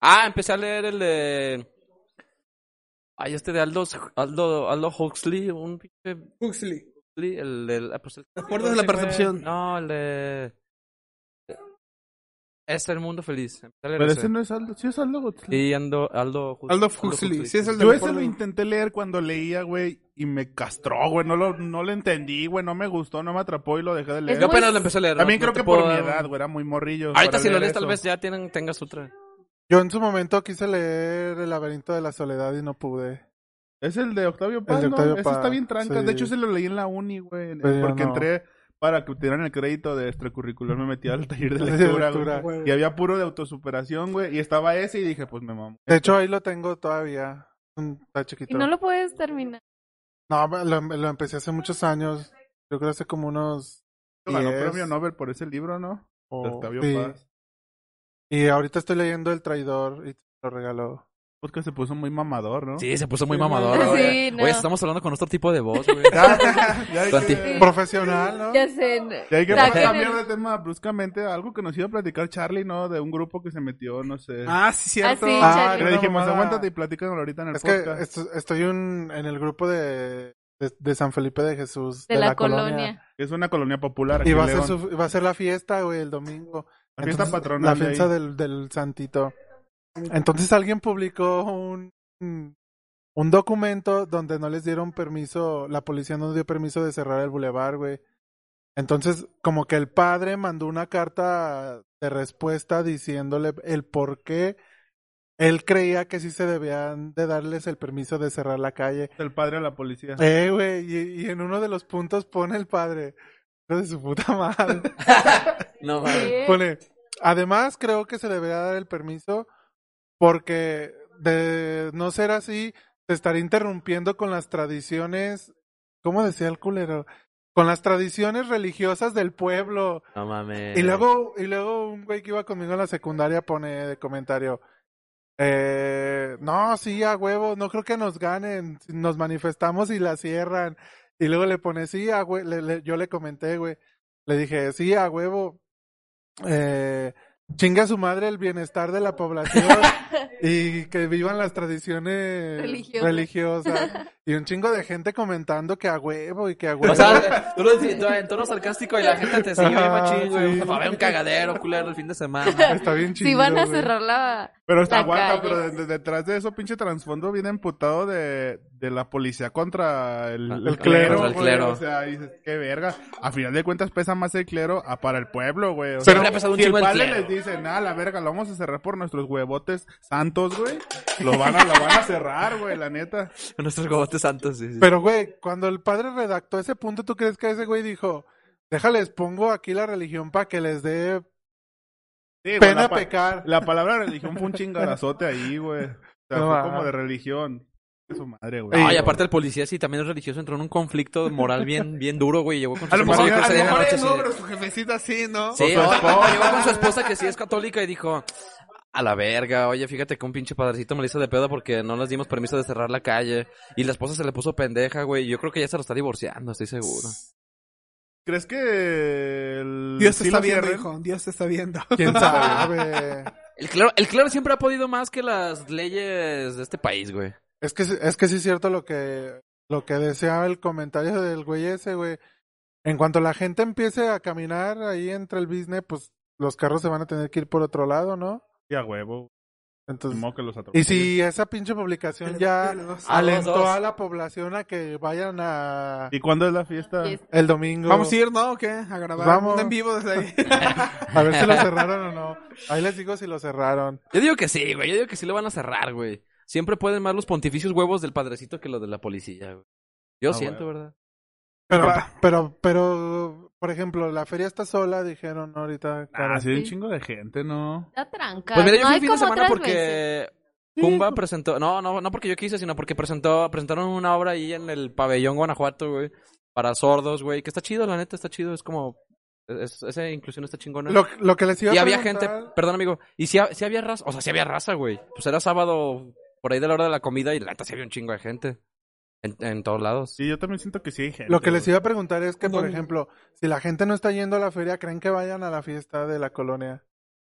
Ah, empecé a leer el de. Ay, este de Aldo, Aldo, Aldo Huxley, un pinche
Huxley.
Huxley, el del. ah, pues el-
acuerdas de la
ese güey.
percepción?
No, el de. Es el mundo feliz. Empecé a leer
Pero
ese.
ese no es Aldo. Sí es Aldo Huxley.
Y Ando- Aldo Huxley.
Aldo Huxley. Sí, es el de
Yo
la
ese lo
forma-
intenté leer cuando leía, güey, y me castró, güey. No lo, no lo entendí, güey. No me gustó, no me atrapó y lo dejé de leer.
Yo
muy-
apenas lo empecé a leer.
También
no-
creo
no te
que por
puedo
mi
dar-
edad, güey, era muy morrillo.
Ahorita
para
si lo
leer
lees, tal
eso.
vez ya tienen, tengas otra.
Yo en su momento quise leer El laberinto de la soledad y no pude.
Es el de Octavio Paz,
de
¿no?
Octavio
Ese
Paz,
está bien tranca.
sí.
De hecho, se lo leí en la uni, güey.
Pero
Porque
no.
entré para que obtuvieran el crédito de extracurricular. Me metí al taller de
De
lectura, güey.
Ah,
lectura.
Huevo.
Y había puro de autosuperación, güey. Y estaba ese y dije, pues me mamo.
De hecho, ahí lo tengo todavía. Mm, Está
Y
chiquito.
no lo puedes terminar.
No, lo, lo empecé hace muchos años. Yo creo hace como unos
Ganó
es-
premio Nobel por ese libro, ¿no? O
Oh,
Octavio
sí.
Paz.
Y ahorita estoy leyendo El traidor y te lo regaló.
Porque Pues se puso muy mamador, ¿no?
Sí, se puso muy
Sí,
mamador.
no.
ahora.
Sí, no.
Güey, estamos hablando con otro tipo de voz, güey.
ya,
Conti-
Profesional, ¿no?
Ya sé. no.
Ya hay que
Saquen
cambiar
el-
de tema bruscamente. Algo que nos iba a platicar Charlie, ¿no? De un grupo que se metió, no sé.
Ah, sí, cierto.
Ah, sí.
Ah,
Charlie.
que le dijimos,
mamada.
aguántate y platícanos ahorita en el
Es que
podcast.
est- estoy un- en el grupo de, de, de San Felipe de Jesús.
De la colonia.
Es una colonia popular.
Y
aquí
va a,
en
ser
León.
su- va a ser la fiesta, güey, el domingo.
La fiesta
Entonces,
patronal
La
de
fiesta
ahí.
del, del santito. Entonces alguien publicó un, un documento donde no les dieron permiso, la policía no dio permiso de cerrar el bulevar, güey. Entonces, como que el padre mandó una carta de respuesta diciéndole el por qué él creía que sí se debían de darles el permiso de cerrar la calle.
El padre de la policía.
Eh, güey, y, y en uno de los puntos pone el padre. Hijo de su puta (laughs) madre.
No, mames.
Eh.
pone, además creo que se debería dar el permiso porque de no ser así, se estaría interrumpiendo con las tradiciones, ¿cómo decía el culero? Con las tradiciones religiosas del pueblo.
No mames.
Y luego, y luego un güey que iba conmigo en la secundaria pone de comentario. Eh, no, sí, a huevo, no creo que nos ganen, nos manifestamos y la cierran. Y luego le pone, sí, a hue- le- le- yo le comenté, güey, le dije, sí, a huevo, eh, chinga su madre el bienestar de la población
(laughs)
y que vivan las tradiciones
Religiosas.
religiosas. Y un chingo de gente comentando que a huevo y que a huevo.
O sea, tú lo dices tú en tono sarcástico y la gente te sigue,
Ajá,
machín, güey.
sí.
Va a haber un cagadero, culero, el fin de
(laughs)
semana.
Está bien chido.
Si van a
güey.
cerrar la...
Pero está
La
aguanta,
calle.
pero de- de- detrás de eso, pinche trasfondo viene emputado de, de la policía contra el,
Ah,
el
contra
clero.
el
güey.
clero.
O sea, dices, qué verga. A final de cuentas pesa más el clero a para el pueblo, güey. O
Siempre
sea,
ha pesado un
si el
chingo el
padre
clero.
les dice, nada, la verga, lo vamos a cerrar por nuestros huevotes santos, güey. Lo van a, lo van a cerrar, güey, la neta.
Nuestros gobotes santos, sí, sí.
Pero, güey, cuando el padre redactó ese punto, ¿tú crees que ese güey dijo, déjales, pongo aquí la religión para que les dé
Sí, güey,
pena
la, pa-
pecar?
la palabra religión fue un chingadazote ahí, güey. O sea,
No,
fue
ah.
como de religión. Su madre, güey.
Ay, aparte el policía, sí, también es religioso, entró en un conflicto moral bien, bien duro, güey. Llegó con su
A lo
esposa
mejor-
que
A
se
lo
dio
mejor
noche,
él
sí.
no, pero su jefecita sí, ¿no?
Sí,
Con su
no, (laughs)
esposa.
llegó con su esposa que sí es católica y dijo, a la verga, oye, fíjate que un pinche padrecito me lo hizo de pedo porque no les dimos permiso de cerrar la calle. Y la esposa se le puso pendeja, güey. Yo creo que ya se lo está divorciando, estoy seguro.
¿Crees que el...
Dios te
sí
está
lo
viendo,
cierren?
hijo. Dios te está viendo.
(laughs)
¿Quién sabe?
El clero, el clero siempre ha podido más que las leyes de este país, güey.
es, que, es que sí es cierto lo que, lo que decía el comentario del güey ese, güey. En cuanto la gente empiece a caminar ahí entre el business, pues los carros se van a tener que ir por otro lado, ¿no?
Sí, a huevo. Ni
Entonces,
modo que los
Pues, y
atropellen.
si esa pinche publicación ya
Ah, dos,
alentó
dos.
a la población a que vayan a
¿Y cuándo es la
Ah.
fiesta?
Fiesta.
el domingo.
Vamos a ir, ¿no? ¿O qué? A grabar.
Vamos.
un En vivo desde ahí.
A ver si (laughs) lo cerraron o no. Ahí les digo si lo cerraron.
Yo digo que sí, güey. Yo digo que sí lo van a cerrar, güey. Siempre pueden más los pontificios huevos del padrecito que los de la policía, güey. Yo
Ah,
siento, ¿verdad?
Pero,
Pa-
pero, pero, por ejemplo, la feria está sola, dijeron ahorita.
Ah,
cara.
sí, hay un
Sí.
chingo de gente, ¿no?
Está tranca.
Pues mira, yo
no
fui
hay
el fin de
como
semana
otras veces.
porque Cumba presentó, no, no, no porque yo quise, sino porque presentó, presentaron una obra ahí en el pabellón Guanajuato, güey, para sordos, güey, que está chido, la neta, está chido, es como, es- esa inclusión está chingona.
Lo, lo que les iba a
y había gente,
preguntar-
perdón amigo, y si, ha- si había raza, o sea, si había raza, güey, pues era sábado por ahí de la hora de la comida y la neta sí había un chingo de gente en, en todos lados.
Sí, yo también siento que sí hay gente.
Lo que les
güey.
iba a preguntar es que, por
No.
ejemplo, si la gente no está yendo a la feria, ¿creen que vayan a la fiesta de la colonia?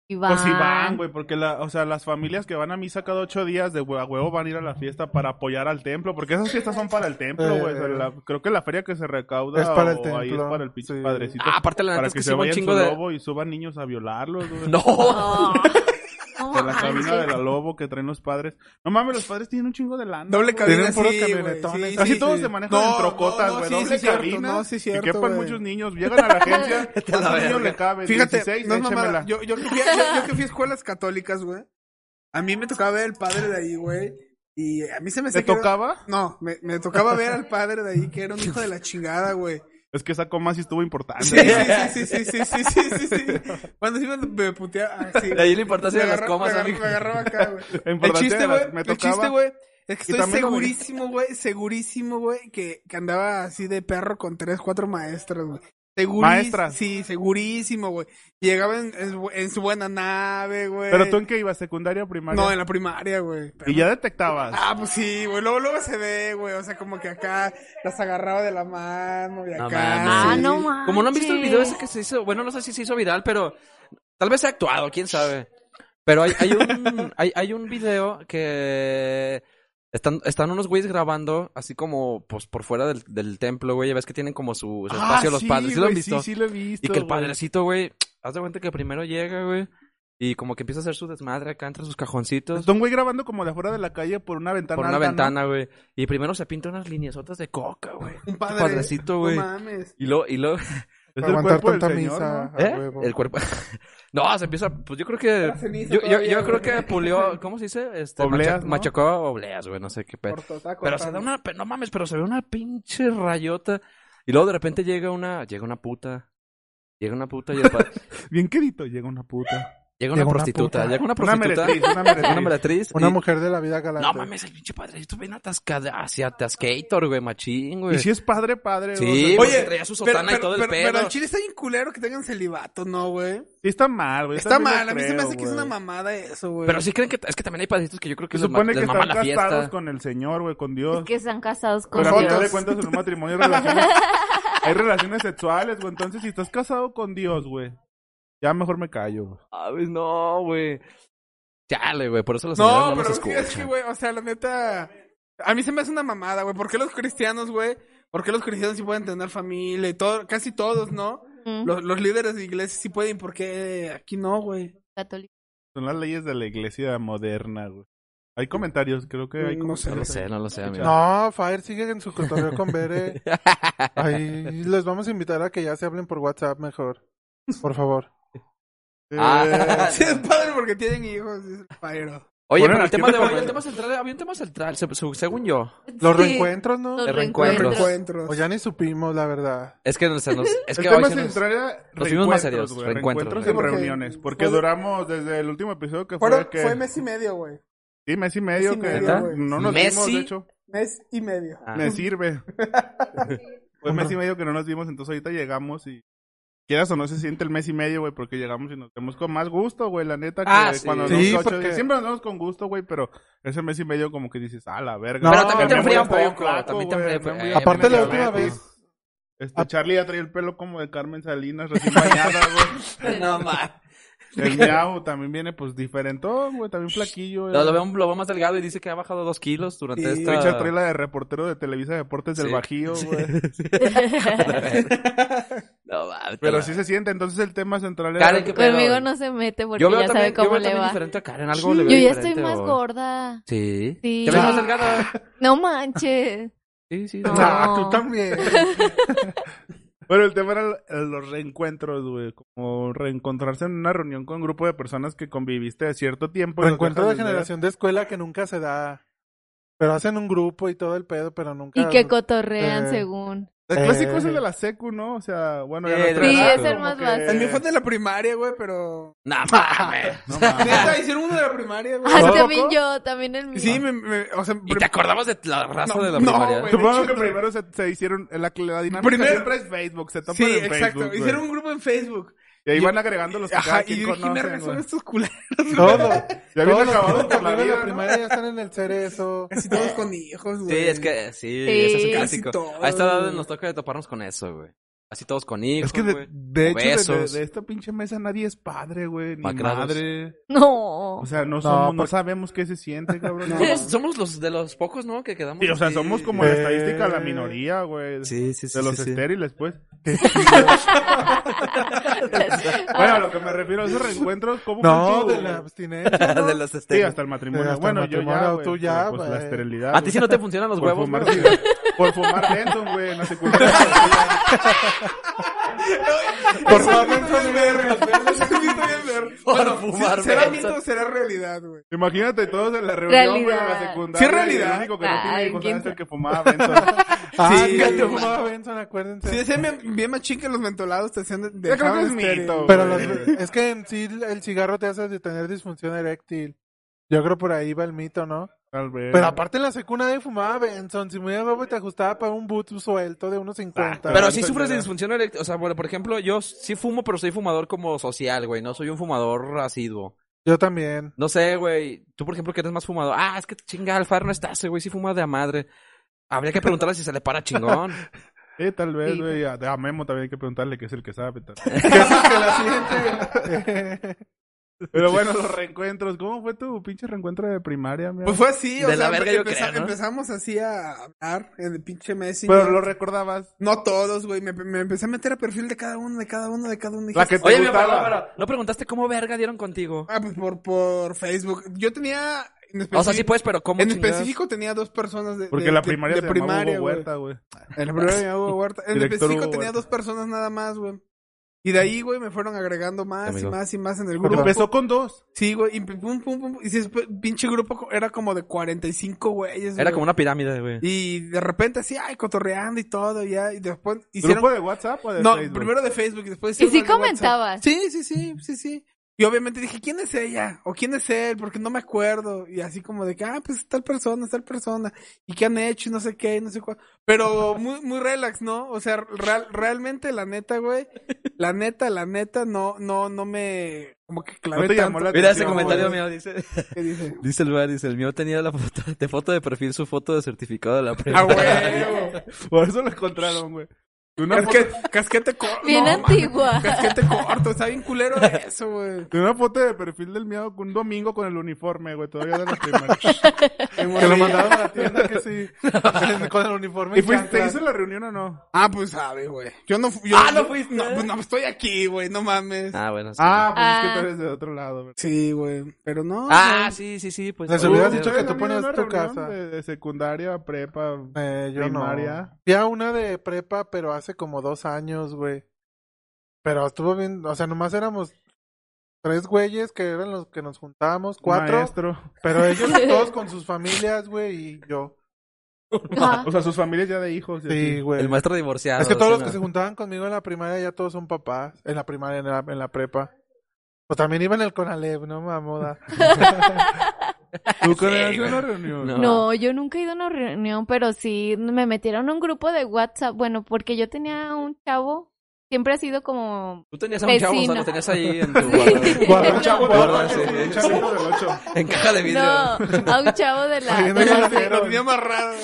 Y
Pues sí
van.
van, güey, porque la, o sea, las familias que van a misa cada ocho días de hue- a huevo van a ir a la fiesta para apoyar al templo, porque esas fiestas son para el templo,
Eh,
güey. o sea, la- creo que la feria que se recauda
es para el
o ahí es
templo,
para el pinche
sí.
padrecito.
Ah, aparte la neta
para
es que, sí
se
hubo un
vayan
chingo
su
de...
lobo y suban niños a violarlos, güey.
(laughs) No,
No. No
(laughs) De la
manches.
cabina de la lobo que traen los padres. No mames, los padres tienen un chingo de lana.
Doble
güey.
cabina,
Tienen puros
sí, güey,
camionetones.
sí,
Casi
sí,
todos
sí.
se manejan
No,
en trocotas,
no, no,
güey.
sí,
doble
sí, cierto,
cabina.
no, sí, cierto,
que quepan
güey.
muchos niños. Llegan a la agencia.
la
¿Cuántos niños
verga.
le caben?
Fíjate,
16,
no es mamada.
échemela.
Yo, yo, que fui a, yo- yo que fui a escuelas católicas, güey. A mí me tocaba ver al padre de ahí, güey. Y a mí se me
¿Te
hacía que era- (laughs)
tocaba?
No, me, me tocaba ver al padre de ahí que era un hijo de la chingada, güey.
Es que esa coma sí estuvo importante.
Sí, sí, sí, sí, sí, sí, sí, sí, sí. Cuando iba me puteaba así.
De ahí la importancia
Me
de las
agarra-
comas,
me agarra-
amigo.
Me agarraba acá, güey.
La
El
importancia
chiste,
de las-
güey.
me
El
tocaba.
chiste, güey. Es que
Y
estoy
también lo veía.
segurísimo, güey. Segurísimo, güey. Que, que andaba así de perro con tres, cuatro maestras, güey. Segurísimo.
Maestra.
Sí, segurísimo, güey. Llegaba en, en su- en su buena nave, güey.
Pero tú en qué ibas, secundaria o primaria?
No, en la primaria, güey. Pero-
Y ya detectabas.
Ah, pues sí, güey. Luego, luego se ve, güey. O sea, como que acá las agarraba de la mano y
No
acá.
mames.
sí.
Ah, no mames.
Como no han visto el video ese que se hizo, bueno, no sé si se hizo viral, pero tal vez se ha actuado, quién sabe. Pero hay, hay
(laughs)
un hay, hay un video que están, están unos güeyes grabando así como pues por fuera del, del templo, güey, ya ves que tienen como su, su
Ah,
espacio los padres, ¿sí lo han
güey,
visto?
Sí, sí lo he visto.
y que el
güey.
padrecito, güey, haz de cuenta que primero llega, güey, y como que empieza a hacer su desmadre acá entre sus cajoncitos.
Está un güey grabando como de afuera de la calle por una ventana.
Por una
alta, ¿no?
ventana, güey. Y primero se pinta unas lineazotas de coca, güey.
Un padre.
Padrecito, güey.
No mames.
Y luego, y luego,
Es el
aguantar
cuerpo del
tanta
señor,
misa.
¿no?
a
¿Eh?
huevo.
El cuerpo. (laughs) no, se empieza. Pues yo creo que.
La ceniza
Yo, yo-
todavía,
yo creo
güey.
que
(laughs)
pulió. ¿Cómo se dice? Este,
Obleas,
macha-
¿no?
Machacó obleas, güey. No sé qué pedo.
Cortotaco,
Pero se da una. pe- No mames, pero se ve una pinche rayota. Y luego de repente llega una. Llega una puta. Llega una puta y el
(laughs)
pa-
Bien querido, llega una puta.
Llega una
Llega una
prostituta.
puta.
Llega una
Una
prostituta.
meretriz, una meretriz.
Una meretriz.
Una
y-
mujer de la vida galante.
No mames, el pinche padrecito bien atascada. Hacia atascator, güey. Machín, güey.
Y si es padre, padre.
Sí,
o sea,
güey,
Oye,
traía su
Pero,
sotana y
pero-
todo el
pero-
pedo.
pero al chile está bien culero que tengan celibato, ¿no, güey?
sí está mal, güey. Yo
Está
también lo
mal, a mí se me
creo,
hace que es
güey.
una mamada eso, güey.
Pero sí creen que. Es que también hay padrecitos que yo creo que
Se
les ma-
supone
les
que
maman
están
la
casados
fiesta.
con el señor, güey, con Dios.
Es que están casados con
Pero a final de
Dios.
cuentas en un matrimonio hay relaciones, (laughs) hay relaciones sexuales, güey. Entonces, si estás casado con Dios, güey, ya mejor me callo, güey.
Ay, no, güey. Chale, güey. Por eso los señores
No,
no nos
pero es que, es que,
escuchan.
güey, o sea, la neta, a mí se me hace una mamada, güey. ¿Por qué los cristianos, güey? ¿Por qué los cristianos sí pueden tener familia y todo? Casi todos, ¿no?
Mm,
Los, los líderes de iglesias sí pueden, ¿por qué aquí no, güey?
católico.
Son las leyes de la iglesia moderna, güey. Hay comentarios, creo que hay
No sé.
No lo
comentarios.
sé, no lo sé, amigo.
No, Fire sigue en su cotorreo con Bere. Ahí les vamos a invitar a que ya se hablen por WhatsApp mejor. Por favor. Eh,
Ah.
(laughs) Sí, es padre porque tienen hijos, es pairo.
Oye,
Bueno,
pero el
aquí
tema de
no-
hoy, el tema central, había un tema central, se- se- según yo.
Los
Sí,
reencuentros, ¿no?
los
de
reencuentros.
reencuentros.
O
Pues
ya ni supimos, la verdad.
Es que se nos, es
El
que hoy
tema
se nos-
central era
nos fuimos más
reencuentros,
serios,
güey,
reencuentros,
reencuentros
güey.
y
Porque
reuniones. Porque
fue-
duramos desde el último episodio que fue,
Fueron-
que...
Fue mes y medio, güey.
sí, mes y medio
mes y
que
medio,
no-
güey.
no nos
Messi.
vimos, de hecho.
Mes y medio.
Ah.
Me sirve. Fue mes y medio que no nos vimos, entonces ahorita llegamos y... Quieras o no se siente el mes y medio, güey, porque llegamos y nos vemos con más gusto, güey, la neta. Que
Ah, sí.
cuando
Sí,
nos ocho-
porque-
Siempre nos vemos con gusto, güey, pero ese mes y medio como que dices, ah, la verga.
No,
Pero también te
el
enfría un
Memo ya está
poco,
bien flaco,
también te
güey,
enfría-
Memo
eh,
ya-
Aparte,
Memo
la
ya
última
flaco.
vez.
Este, Charlie ya traía el pelo como de Carmen Salinas recién bañada,
(laughs)
güey.
No, ma.
El
(laughs)
miau también viene, pues, diferentón, güey, también flaquillo.
Lo,
eh.
lo veo, lo veo más delgado y dice que ha bajado dos kilos durante
Sí.
esta...
Richard trae la de reportero de Televisa Deportes del
Sí.
Bajío, güey.
(laughs) No, ma,
Pero
la-
sí se siente, entonces el tema central era...
Karen, ¿qué pedo?
Conmigo no se mete porque
Yo veo
ya
también, yo
sabe cómo
veo
le
también
va.
diferente a Karen, algo le
Yo
veo
ya estoy
diferente,
más
o-
gorda.
Sí.
Sí.
¿Te ves más
Ah.
delgada?
No manches.
Sí, sí.
No.
(laughs) Ah, tú también. bueno, el tema era el- los reencuentros, güey. Como reencontrarse en una reunión con un grupo de personas que conviviste de cierto tiempo. y los
Reencuentro de
dejas ver.
generación de escuela que nunca se da. Pero hacen un grupo y todo el pedo, pero nunca.
Y que
(laughs)
cotorrean
Eh.
según.
El clásico es el
Eh.
de la secu, ¿no? O sea, bueno,
Eh,
ya nuestra
sí,
edad,
es el
como
más
que-
básico.
El mío fue de la primaria, güey, pero...
No, mames.
No mames.
Neta, hicieron uno de la primaria, güey.
Ah,
¿Poco?
también yo, también el mío.
Sí, me, me- o sea...
¿Y
prim-
te acordabas de la raza
No,
de la
no,
primaria?
(laughs)
güey.
Supongo
De
que
hecho,
primero se, se hicieron eh, la, la dinámica
Primero-
siempre es Facebook, se topan
Sí,
en
exacto.
Facebook. güey.
hicieron un grupo en Facebook.
Y ahí
yo-
van agregando los que
Ajá,
cada
y
quien
yo dije,
conocen,
"Merga, son
güey.
estos culeros.
Todo.
Ya
Todos
habían
los
acabado
que
por la (laughs)
arriba de
vida,
la
¿no?
primaria ya están en el cerezo.
Casi todos con hijos,
Sí,
güey.
es que sí,
Sí.
ese es un
Casi
clásico.
todos,
a esta edad
güey.
nos toca de toparnos con eso, güey. Así todos con hijos,
Es que de,
güey.
de hecho, de- de,
Besos.
de esta pinche mesa nadie es padre, güey, ni
Macrados.
madre.
No.
O sea, no, somos, no
por-
sabemos qué se siente,
(laughs)
cabrón.
No.
Somos, somos los de los pocos, ¿no? Que quedamos.
Sí, o sea,
así.
somos como la estadística de la minoría, güey.
Sí, sí, sí.
De los
sí, sí.
estériles,
(laughs)
pues. (laughs) Bueno, a
Ah,
lo que me refiero a esos reencuentros, ¿cómo
No,
fue
de
tu-
la abstinencia. ¿no?
de los este,
Sí,
estériles.
hasta el matrimonio.
Sí, hasta el
bueno, yo ya,
matrimonio,
güey,
tú
pero,
ya,
pues, la
güey.
esterilidad.
A ti sí no te funcionan los
por
huevos,
fumar,
güey.
cigarro- por fumar lento, güey, en la secundaria.
Por favor, bien vergas, güey. Eso sí está bien vergas.
Por
Bueno,
fumar
si- será
besos.
mito o será realidad, güey.
Imagínate todos en la reunión, güey, en la
Realidad.
secundaria.
Sí, es realidad.
y El único que no tiene
Ay,
hijos es
¿quién
el
sabe?
que fumaba Benson.
Ah,
Sí,
que te
güey.
fumaba Benson, acuérdense.
Sí, decían bien, bien machín que los mentolados te hacían de, de
Yo creo que es
estéril.
mito,
Pero
güey.
los- es que en sí el cigarro te hace de tener disfunción eréctil. Yo creo por ahí va el mito, ¿no?
Tal vez.
Pero aparte en la secundaria fumaba Benson. Si me iba güey, te ajustaba para un boot suelto de unos
Ah,
(laughs)
50.
Pero sí sufres de disfunción eréctil. O sea, bueno, por ejemplo, yo sí fumo, pero soy fumador como social, güey. No soy un fumador asiduo.
(laughs)
Yo también.
No sé, güey. Tú, por ejemplo, que eres más fumador. Ah, es que chinga, Alfaro no está ese güey. Sí fuma de a madre. Habría que preguntarle si se le para
(laughs)
chingón.
Sí, tal vez, güey. A, a Memo también hay que preguntarle que es el que sabe. tal. (laughs) Pero bueno, los reencuentros. ¿Cómo fue tu pinche reencuentro de primaria, mi amor?
Pues fue así, o
De la
sea,
verga yo
empeza-
creo, ¿no?
empezamos así a hablar en el pinche Messenger.
Pero lo recordabas.
No todos, güey. Me, me empecé a meter a perfil de cada uno, de cada uno, de cada uno. Dije,
La que te
Oye, mi
gustaba.
Bárbara, no preguntaste cómo verga dieron contigo.
Ah, pues por, por Facebook. Yo tenía... en
O sea,
Ah,
específico-
sí puedes, pero ¿cómo
En
chingados?
específico tenía dos personas de
Porque
de-
la
de-
primaria
de
se
primaria,
llamaba Hugo
güey.
Huerta, güey.
En la primaria se llamaba Hugo Huerta. En
Director
específico
Hugo
tenía
Huerta.
dos personas nada más, güey. Y de ahí, güey, me fueron agregando más
Amigo.
y más y más en el grupo.
Empezó con dos.
Sí, güey, y pum, pum, pum, pum. Y ese pinche grupo co- era como de 45 güeyes.
Era
güey.
como una pirámide, güey.
Y de repente así, ay, cotorreando y todo, ya. Y después hicieron...
¿Grupo de WhatsApp o de
No,
Facebook?
primero de Facebook y después...
Y
hicieron el
sí
de WhatsApp.
comentabas.
Sí, sí, sí, sí, sí. Y obviamente dije, ¿quién es ella? ¿O quién es él? Porque no me acuerdo. Y así como de que, ah, pues tal persona, tal persona. ¿Y qué han hecho? Y no sé qué, y no sé cuál. Pero muy, muy relax, ¿no? O sea, real- realmente, la neta, güey. La neta, la neta, no, no, no me... Como que clavé
No te llamó
tanto.
la
Mira ese
atención,
comentario
güey.
mío, dice.
¿Qué dice?
(laughs) Dice el bar, dice, el mío tenía la foto de foto de perfil su foto de certificado de la
Ah,
prensa.
güey.
(laughs) Por eso lo encontraron, güey. (laughs) Una foto-
Casque- casquete corto.
Bien antigua.
Casquete corto. Está bien culero eso, güey.
Una foto de perfil del miedo con un domingo con el uniforme, güey, todavía de la (laughs) primaria.
Que lo mandaron a la tienda
(laughs)
que sí. Con el uniforme.
¿Y fuiste-
chancla.
te hizo la reunión o no?
Ah, pues sabe, güey. Yo no fui.
Ah,
yo-
¿no fuiste?
No, pues no, estoy aquí, güey. No mames.
Ah, bueno. Sí.
Ah, pues es
Ah.
que tú eres de otro lado, güey.
Sí, güey. Pero no. (laughs)
Ah, sí, sí, sí. Pues,
Les
oye,
hubieras
sí,
dicho
güey.
que tú ponías
una
tu
reunión
casa.
De, de secundaria, prepa.
Eh, yo
Primaria.
no. Fui a una de prepa, pero hace como dos años, güey. Pero estuvo bien, o sea, nomás éramos tres güeyes que eran los que nos juntábamos, cuatro,
Maestro.
pero ellos
(laughs)
todos con sus familias, güey, y yo.
Ajá.
O sea, sus familias ya de hijos. y
Sí,
así.
güey.
El maestro divorciado.
Es que todos
o
los
sea,
que se
no.
juntaban conmigo en la primaria ya todos son papás, en la primaria, en la, en la prepa. O también iban el Conalep,
(laughs)
no mamoda.
¿Tú
(laughs)
con
Sí,
él hacías
güey.
una reunión?
No.
No, yo nunca he ido a una reunión, pero sí me metieron a un grupo de WhatsApp. Bueno, porque yo tenía un chavo, siempre ha sido como.
Tú tenías a un chavo, o sea,
Vecino.
lo tenías ahí en tu guarda-
Guarda, un chavo,
Guarda,
guarda,
sí,
un
sí.
chavo del ocho.
en caja de
No,
vidrio.
a un chavo de la, de la,
Lo tenía amarrado.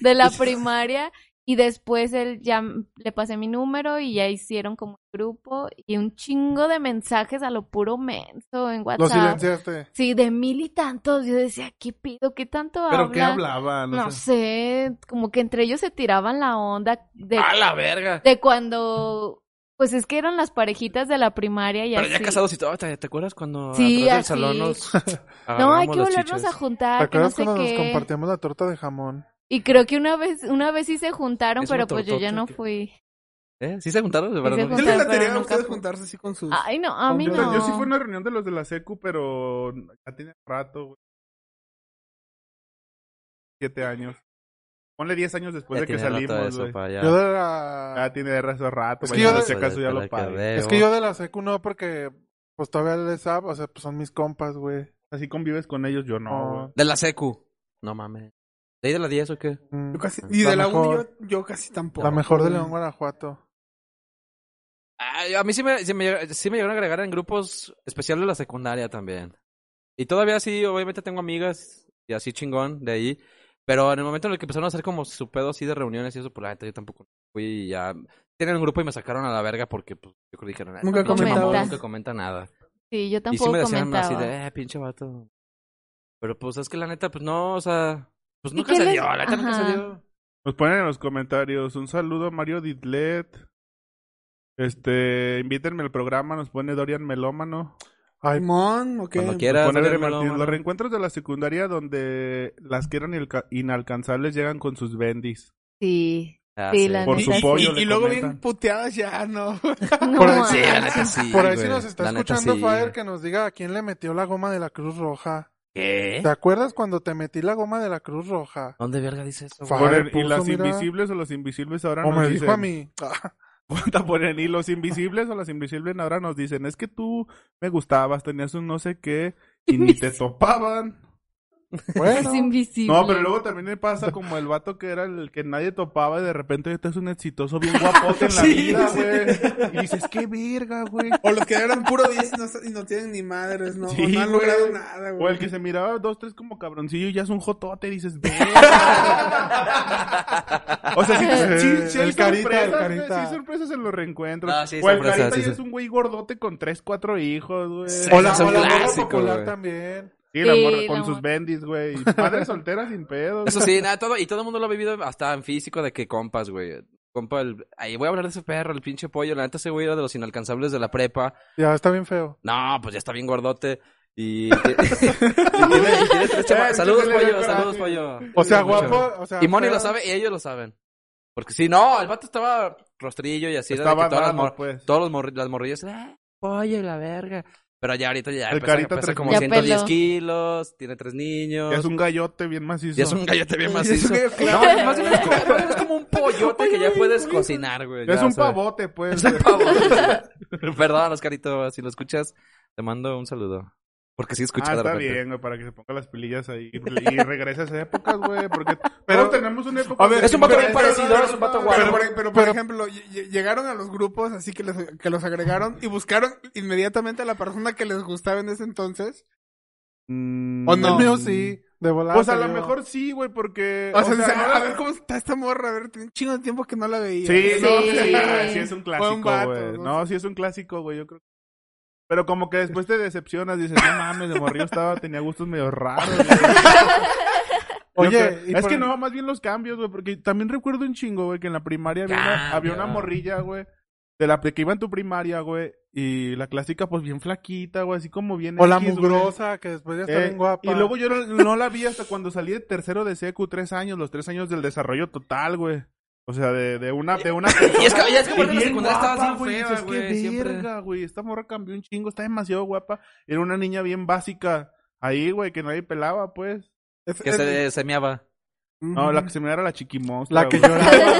de la primaria. Y después él ya m- le pasé mi número y ya hicieron como un grupo y un chingo de mensajes a lo puro menso en
Lo
WhatsApp.
silenciaste.
Sí, de mil y tantos. Yo decía, ¿qué pido? ¿Qué tanto
¿Pero
hablan?
qué hablaba? No,
No
sé.
sé, como que entre ellos se tiraban la onda de
A la verga.
de cuando pues es que eran las parejitas de la primaria y
Pero
así.
ya casados y todo, ¿te te acuerdas cuando
Sí,
atrás
así.
del salón nos
no, hay
agarrábamos
que
los
volvernos
chiches?
a juntar,
¿Te
Ah, que no
acuerdas
sé
cuando nos
qué.
compartíamos la torta de jamón?
Y creo que una vez una vez sí se juntaron,
Es una
pero pues yo ya
tortota
no
que-
fui.
¿Eh? ¿Sí se juntaron? De verdad,
se
no?
Yo les
Pero
latería a
nunca
ustedes
fue. Ah.
juntarse así con sus.
Ay, no, a mí
Yo,
no.
yo sí fui a una reunión de los de la secu, pero ya tiene rato, güey. Siete años. Ponle diez años después
Ya
de que
tiene rato
salimos,
eso,
güey.
pa, ya. pues,
Yo de la...
Ya tiene rato, rato,
Es
güey.
que yo-
no sé si acaso ya lo pagué.
Es que Ah, yo de la secu no, porque pues todavía les sab, o sea, pues son mis compas, güey.
Así convives con ellos, yo no, güey.
De la secu. No mames. ¿De ahí de la 10 o qué?
Mm,
Yo casi- y
La
de la uni yo,
mejor.
yo casi tampoco.
la mejor de
güey.
León, Guanajuato.
Ay, a mí sí me, sí me llega- sí me llegaron a agregar en grupos especiales de la secundaria también. Y todavía sí, obviamente tengo amigas y así chingón de ahí. Pero en el momento en el que empezaron a hacer como su pedo así de reuniones y eso, pues la neta yo tampoco fui y ya. Tienen un grupo y me sacaron a la verga porque pues yo creo que dijeron, "Ah,
Nunca
pinche
comenta.
mamón, nunca comenta nada.
Sí, yo
Y sí
tampoco
me decían
comentaba.
así de, eh, pinche vato. Pero pues es que la neta, pues no, o sea, pues
¿Y
nunca
qué
se
les-
dio, la neta nunca se
Ajá.
dio.
Nos ponen en los comentarios. Un saludo a Mario Ditlet. Este, invítenme al programa, nos pone Dorian Melómano.
Ay,
Simón, ok.
Cuando
Nos
quieras,
pone
Ah, Dorian
Bere Martín.
Melómano.
Los reencuentros de la secundaria donde las que eran inalca- inalcanzables llegan con sus bendis.
Sí.
Ah,
Sí, la
Por su
neta, sí.
pollo
Y,
le
y luego bien
comentan.
puteadas ya, ¿no. (laughs)
No,
Por
Sí,
ah,
la neta sí,
por ahí si
güey.
nos está
La neta
escuchando
sí.
Fire que nos diga a quién le metió la goma de la Cruz Roja.
¿Qué?
¿Te acuerdas cuando te metí la goma de la Cruz Roja?
¿Dónde verga dice eso?
Fa-
(laughs) güey?
Ponen,
Ay,
y
puso,
las
mira.
invisibles o los invisibles ahora
O
nos
me
dicen. (laughs)
dijo a mí. Ah,
Cuenta ponen, y los invisibles o las invisibles ahora
(laughs)
nos dicen, es que tú me gustabas, tenías un no sé qué, y ni te topaban.
Bueno,
Es invisible.
No, pero
(laughs)
luego también le pasa como el vato que era el que nadie topaba y de repente este es un exitoso bien guapote (laughs) en la
Sí,
vida,
sí.
güey. Y dices, qué verga, güey.
O los que eran puro 10 y no, sa- y no tienen ni madres, ¿no? O
Sí,
no han
güey.
logrado nada, güey.
O el que se miraba dos, tres como cabroncillo y ya es un jotote, dices, verga. o (laughs) sea, sí, sí, sí hay
El carita,
sorpresas,
el
güey,
carita.
sí hay sorpresas en los reencuentros.
Ah, sí,
o el
sorpresas,
carita
sí,
ya
sí.
es un güey gordote con tres, cuatro hijos, güey.
Sí.
o la,
Esos son
o la morra
clásicos,
Ah, popular
güey.
también.
Sí, la
Sí,
morra con
la
sus
morra.
bendis, güey. Y Madre soltera sin pedos.
Eso sí, nada, todo, y todo el mundo lo ha vivido hasta en físico de que compas, güey. Compa, el, ahí voy a hablar de ese perro, el pinche pollo. La neta, ese güey era de los inalcanzables de la prepa.
Ya está bien feo.
No, pues ya está bien gordote. (laughs) Y, y tiene, y tiene tres chava-
Eh,
Saludos,
que se le
pollo,
ve
saludos,
coraje.
pollo.
O sea,
Sí, mucho.
guapo, o sea,
Y Moni
feo.
lo sabe y ellos lo saben. Porque si no, el vato estaba rostrillo y así. era de
Estaba
que todas las,
dando,
mor-
pues.
todos los mor- las morrillas, ah, pollo y la verga. Pero ya ahorita ya
El
pesa,
carita
pesa
tres-
como
Ya
110
peló.
kilos, tiene tres niños.
Ya es un gallote bien macizo.
Y es un gallote
(laughs)
bien
Y es
macizo.
un gallo
No,
claro.
más bien (laughs) es como, es como un pollote que ya puedes cocinar, güey.
Ya es
ya,
un
o sea,
pavote,
Es
pues.
un pavo. (laughs) Perdón, Oscarito, si lo escuchas, te mando un saludo. Porque sí escucha
ah,
de
está
repente.
bien, güey, para que se pongan las pilillas ahí y regresa a esas épocas, güey, porque
Pero-
todos tenemos una época...
A ver,
de-
es un vato
pero-
bien
pero-
parecido, es un vato guapo.
Pero, por, e-, pero, por ejemplo, ll- ll- llegaron a los grupos así que, les- que los agregaron y buscaron inmediatamente a la persona que les gustaba en ese entonces.
Mm,
¿O no?
El mío sí, de volada.
Pues a
salió.
lo mejor sí, güey, porque...
O sea,
o sea,
dicen,
no
a
la-
ver cómo está esta morra, a ver, tiene un chingo de tiempo que no la veía.
Sí,
(laughs)
Sí.
no, sí, sí es un
Fue un
clásico,
vato,
güey.
¿no?
No, sí es un clásico, güey, yo creo. Pero como que después te decepcionas, dices, no mames, de morrillo estaba, tenía gustos medio raros. Yo
Oye,
creo-
y
es
por-
que no, más bien los cambios, güey, porque también recuerdo un chingo, güey, que en la primaria había una, había una
Cambio.
morrilla, güey, de la que iba en tu primaria, güey, y la clásica, pues bien flaquita, güey, así como bien.
O la
X, güey.
mugrosa, que después ya está
Eh,
bien guapa.
Y luego yo no, no la vi hasta cuando salí de tercero de secu, tres años, los tres años del desarrollo total, güey. O sea, de, de una, de una
(laughs) Y es que, y es que
y
bueno, en la
bien
secundaria
guapa,
estabas
güey,
bien fea,
dices, qué
güey. siempre.
verga, güey. Esta morra cambió un chingo, está demasiado guapa. Era una niña bien básica. Ahí, güey, que nadie pelaba, pues.
Es-
Que
es- mm.
se semeaba.
No,
(laughs)
la que se me era la chiquimostra.
La que
güey. (laughs)
lloraba.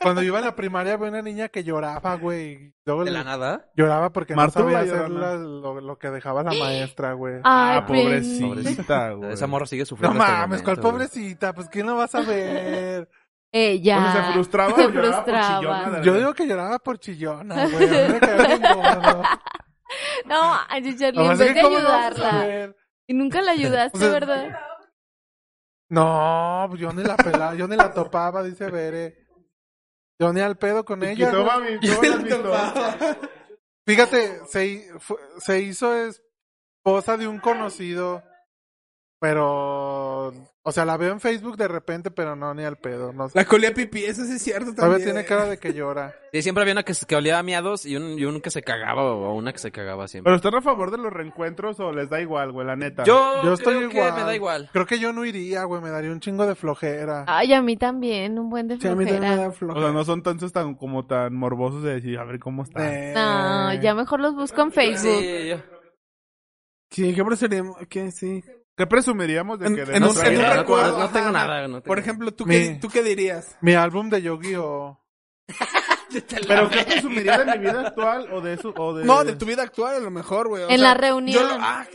Cuando yo iba en la primaria había una niña que lloraba, güey. Luego
De
le-
la nada.
lloraba porque
Martuba
no sabía
llorona.
hacer la- lo, lo que dejaba la maestra, güey.
Ay, pues,
Ah, (laughs) pobrecita, güey.
Esa morra sigue
No
sufriendo. hasta el
mames, ¿cuál
momento, güey.
pobrecita? Pues ¿quién lo va a saber?
Ella.
O sea, se frustraba
eh, Se
o lloraba por
frustraba.
chillona. de
Yo
la-
digo que lloraba por chillona, güey. A mí me caía bien gordo.
No, ay, Charlie,
Nomás
en
que
vez de
¿cómo lo vas a
ayudarla.
saber?
Y nunca
(laughs)
la ayudaste,
O sea,
¿verdad?
No, pues yo ni la pelaba, yo ni la topaba, dice Bere. Yo ni al pedo con
Y
ella.
quitó
güey.
mami, no, la quitó.
Fíjate, se, hi- fu- se hizo esposa de un conocido, pero, o sea, la veo en Facebook de repente, pero no, ni al pedo. No,
La colía pipí, eso sí es cierto
todavía
también.
tiene cara de que llora.
Sí, siempre había una que, se- que olía a miados y un, y un que se cagaba o una que se cagaba siempre.
Pero están a favor de los reencuentros o les da igual, güey, la neta.
Yo,
Yo estoy
creo
igual.
que me da igual.
Creo que yo no iría, güey, me daría un chingo de flojera.
Ay, a mí también, un buen de
Sí, a mí también me
flojera.
da flojera.
O sea, no son tantos tan como tan morbosos de decir, a ver cómo está.
Ah.
Eh,
No, ya mejor los busco en Facebook.
Sí, yo.
Sí, ¿qué preferimos? ¿Qué? Sí.
¿Qué presumiríamos de
En-
que de
en un-
nuestra
No,
en
vida?
un-
no,
recuerdo,
no, no tengo
ajá.
nada. No tengo.
Por ejemplo, ¿tú,
Me-
qué, ¿tú qué dirías?
Mi álbum de Yu-Gi-Oh!
(laughs) ¿Pero qué presumiría de mi vida actual o de eso? O de...
No, de tu vida actual a lo mejor, güey. o
En la reunión.
yo lo- ah,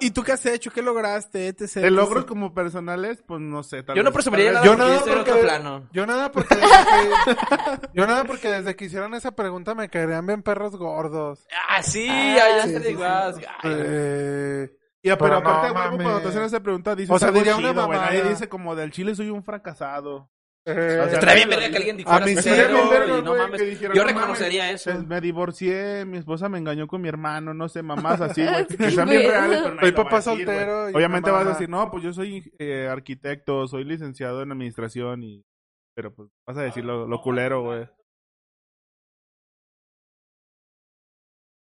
y, y tú qué has hecho? ¿Qué lograste? Etc,
De logros
etc.
como personales, pues no sé. Tal
Yo no
vez-
presumiría
tal
nada
vez-
Yo
porque
nada
estoy en
porque,
otro plano.
yo nada porque desde que, yo nada porque desde que hicieron esa pregunta me caerían bien perros gordos.
Ah, sí,
Ah,
ya
sí,
estaría
sí,
igual. Ay,
Eh,
Ya, pero
Pero no
aparte, güey, como
mames.
cuando te hacen esa pregunta, dices,
O sea,
algo
diría
chido,
una
güey. Nadie
mamada.
dice como, del Chile soy un fracasado.
eh,
O sea,
Estaría bien verga que alguien dijera
A mí sí
cero
estaría bien
verga,
y no
güey,
mames.
que dijera,
Yo
no
reconocería eso.
Pues, me divorcié, mi esposa me engañó con mi hermano, no sé, mamás así, güey. Que sean bien
güey.
reales, pero nadie
Soy
lo va a
papá
decir, güey.
soltero y
Obviamente
mamá.
vas a decir, no, pues yo soy eh, arquitecto, soy licenciado en administración y... Pero pues vas a decir lo, lo culero, güey.